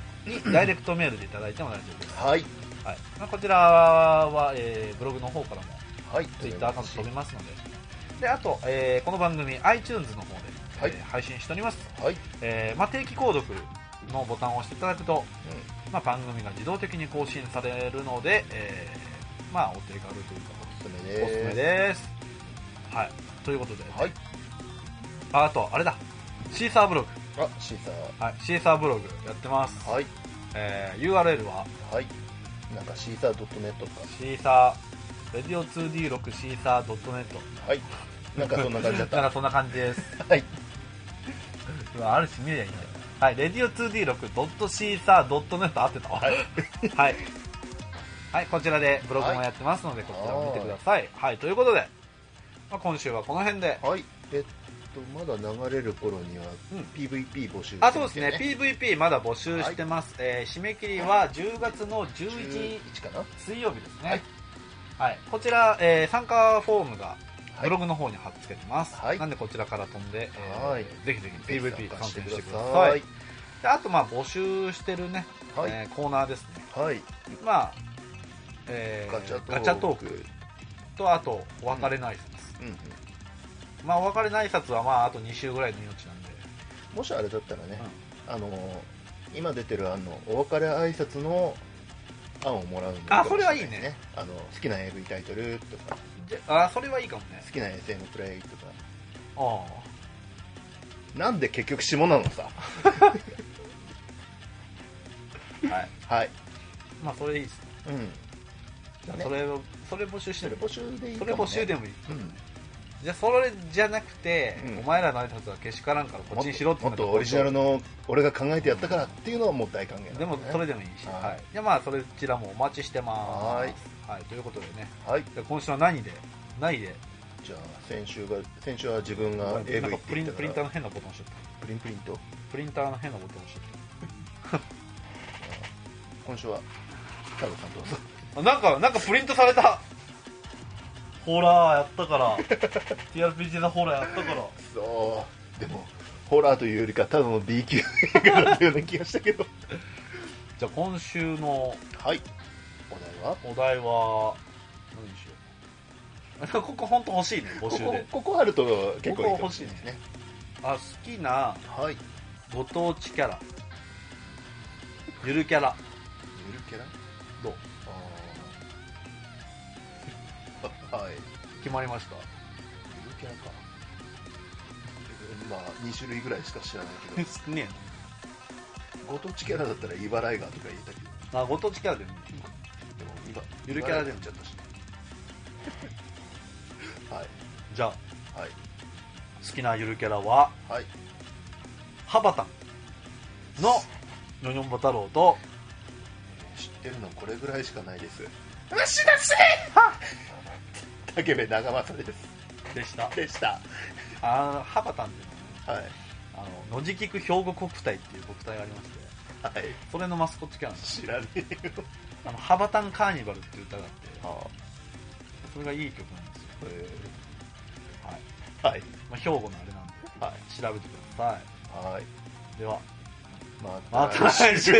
S2: にダイレクトメールでいただいても大丈夫です。
S1: はい
S2: はい。まあこちらは、えー、ブログの方からも
S1: はい
S2: ツイッターアカウント飛びますので。で、あと、えー、この番組 iTunes の方で、
S1: はい
S2: えー配信しております。
S1: はい
S2: えー、まあ、定期購読のボタンを押していただくと、まあ、番組が自動的に更新されるので、えーまあ、お手軽というか
S1: おすすめ
S2: おすすめです、はい、ということで、
S1: はい
S2: ああとあれだシーサーブログ、
S1: あシーサ
S2: はい、シーサーブログやってます、
S1: ーはい
S2: えー URL は
S1: はいなんかシーサー .net とか
S2: シーサーレディオ 2D6 シーサー .net
S1: はい *laughs* なんかそんな感じだっ
S2: なん
S1: た
S2: かそんな感じです
S1: はい
S2: あるし見りゃいいんだよはい、radio2d6.caesar.net 合ってたわ。はい。はい、こちらでブログもやってますので、こちらを見てください。はい、ということで、まあ、今週はこの辺で、
S1: はいえっとまだ流れる頃には
S2: うん
S1: PVP 募集して
S2: あ、そうですね、
S1: ますよ
S2: PVP まだ募集してます。えー締め切りは10月の11日
S1: 11かな
S2: 水曜日ですね。は
S1: はいい。
S2: こちら、えー参加フォームが
S1: はい
S2: ブログの方に貼っつけてます。
S1: はい
S2: なんでこちらから飛んで、えー
S1: はい
S2: ぜひぜひ PVP 観戦してください。
S1: はい
S2: であと、まあ、募集してるね、
S1: はい、
S2: えーコーナーですね。
S1: はい、
S2: まあ、えー
S1: ガチャトーク
S2: トークと、あと、お別れの挨拶。
S1: うんうん
S2: まあ、お別れの挨拶は、まあ、あと2週ぐらいの命なんで。
S1: もしあれだったらね、あの今出てるあのお別れ挨拶の案をもらうのもかも
S2: あ
S1: しな
S2: それはいいね
S1: あの好きな AV タイトルとか
S2: じゃあ、それはいいかもね。
S1: 好きな SM プレイとか
S2: あ
S1: なんで結局下なの
S2: *laughs*
S1: さ
S2: あ。はい。
S1: はい
S2: まあ、それいいですね。
S1: うん
S2: じゃあ
S1: ね
S2: それを、それ募集し
S1: そ
S2: て
S1: れ募
S2: る。
S1: 集でいい
S2: そ
S1: かも、
S2: れ
S1: ね、
S2: 募集でもいい。
S1: うん
S2: じゃあ、それじゃなくて、
S1: うん
S2: お前らの挨拶はけしからんから、こ
S1: も
S2: っ
S1: っ
S2: ちにし
S1: と
S2: ろって
S1: も
S2: な
S1: っ
S2: んか
S1: とオリジナルの俺が考えてやったからっていうのはもう大歓迎なんね
S2: でも、それでもいいし。
S1: はい
S2: はい。じゃあ、まあ、それちらもお待ちしてま
S1: は
S2: す
S1: い。
S2: はい。ということでね、
S1: はい
S2: じゃあ今週は何で何で
S1: じゃあ先週が先週は自分が
S2: なん
S1: AV って
S2: かプ
S1: 言
S2: リ
S1: っ
S2: ン
S1: た
S2: プ
S1: か
S2: リ
S1: ら
S2: ンターの変なボタン押しちゃった。
S1: プリンプリント
S2: プリンターの変なボタン押しちゃった。
S1: 今週は太郎さんどうぞ
S2: あなんか、なんかプリントされた。ホラーやったから。TRPG *laughs* のホラーやったから。
S1: そうでもホラーというよりかただの B 級映画だったような気がしたけど
S2: じゃあ今週の
S1: はいお題は
S2: お題は、何にしよう。なんかここ本当欲しいね、募
S1: こ
S2: 集
S1: こ
S2: で。
S1: ここあると結構いいかもしれないですね
S2: あ、好きな
S1: はい
S2: ご当地キャラ。ゆるキャラ。
S1: ゆるキャラ
S2: どう
S1: あー *laughs* はい
S2: 決まりました。
S1: ゆるキャラかまあ2種類ぐらいしか知らないけ *laughs* ど
S2: 少ね
S1: ご当地キャラだったら茨いがとか言えたけど
S2: えな。あ、ご当地キャラでもいい。
S1: でも今
S2: ゆるキャラで
S1: 茨城に行っ
S2: も
S1: ちゃったし *laughs* はい
S2: じゃあ、
S1: はい
S2: 好きなゆるキャラは、
S1: はい
S2: ハバタンの、ニョニョンボ太郎と、
S1: 知ってるのこれぐらいしかないです牛だせ竹部長政です
S2: でした。
S1: でした
S2: あのハバタンっていうのはね
S1: はい
S2: あの野地区兵庫国体っていう国体がありまして
S1: はい
S2: それのマスコットキャラなんです
S1: 知らねえよ
S2: あのハバタンカーニバルっていう歌があって
S1: あ
S2: それがいい曲なんですよ、はい
S1: はい
S2: まあ、兵庫のあれなんで
S1: は
S2: 調べてくださ
S1: いはい
S2: いでは
S1: ま
S2: また来週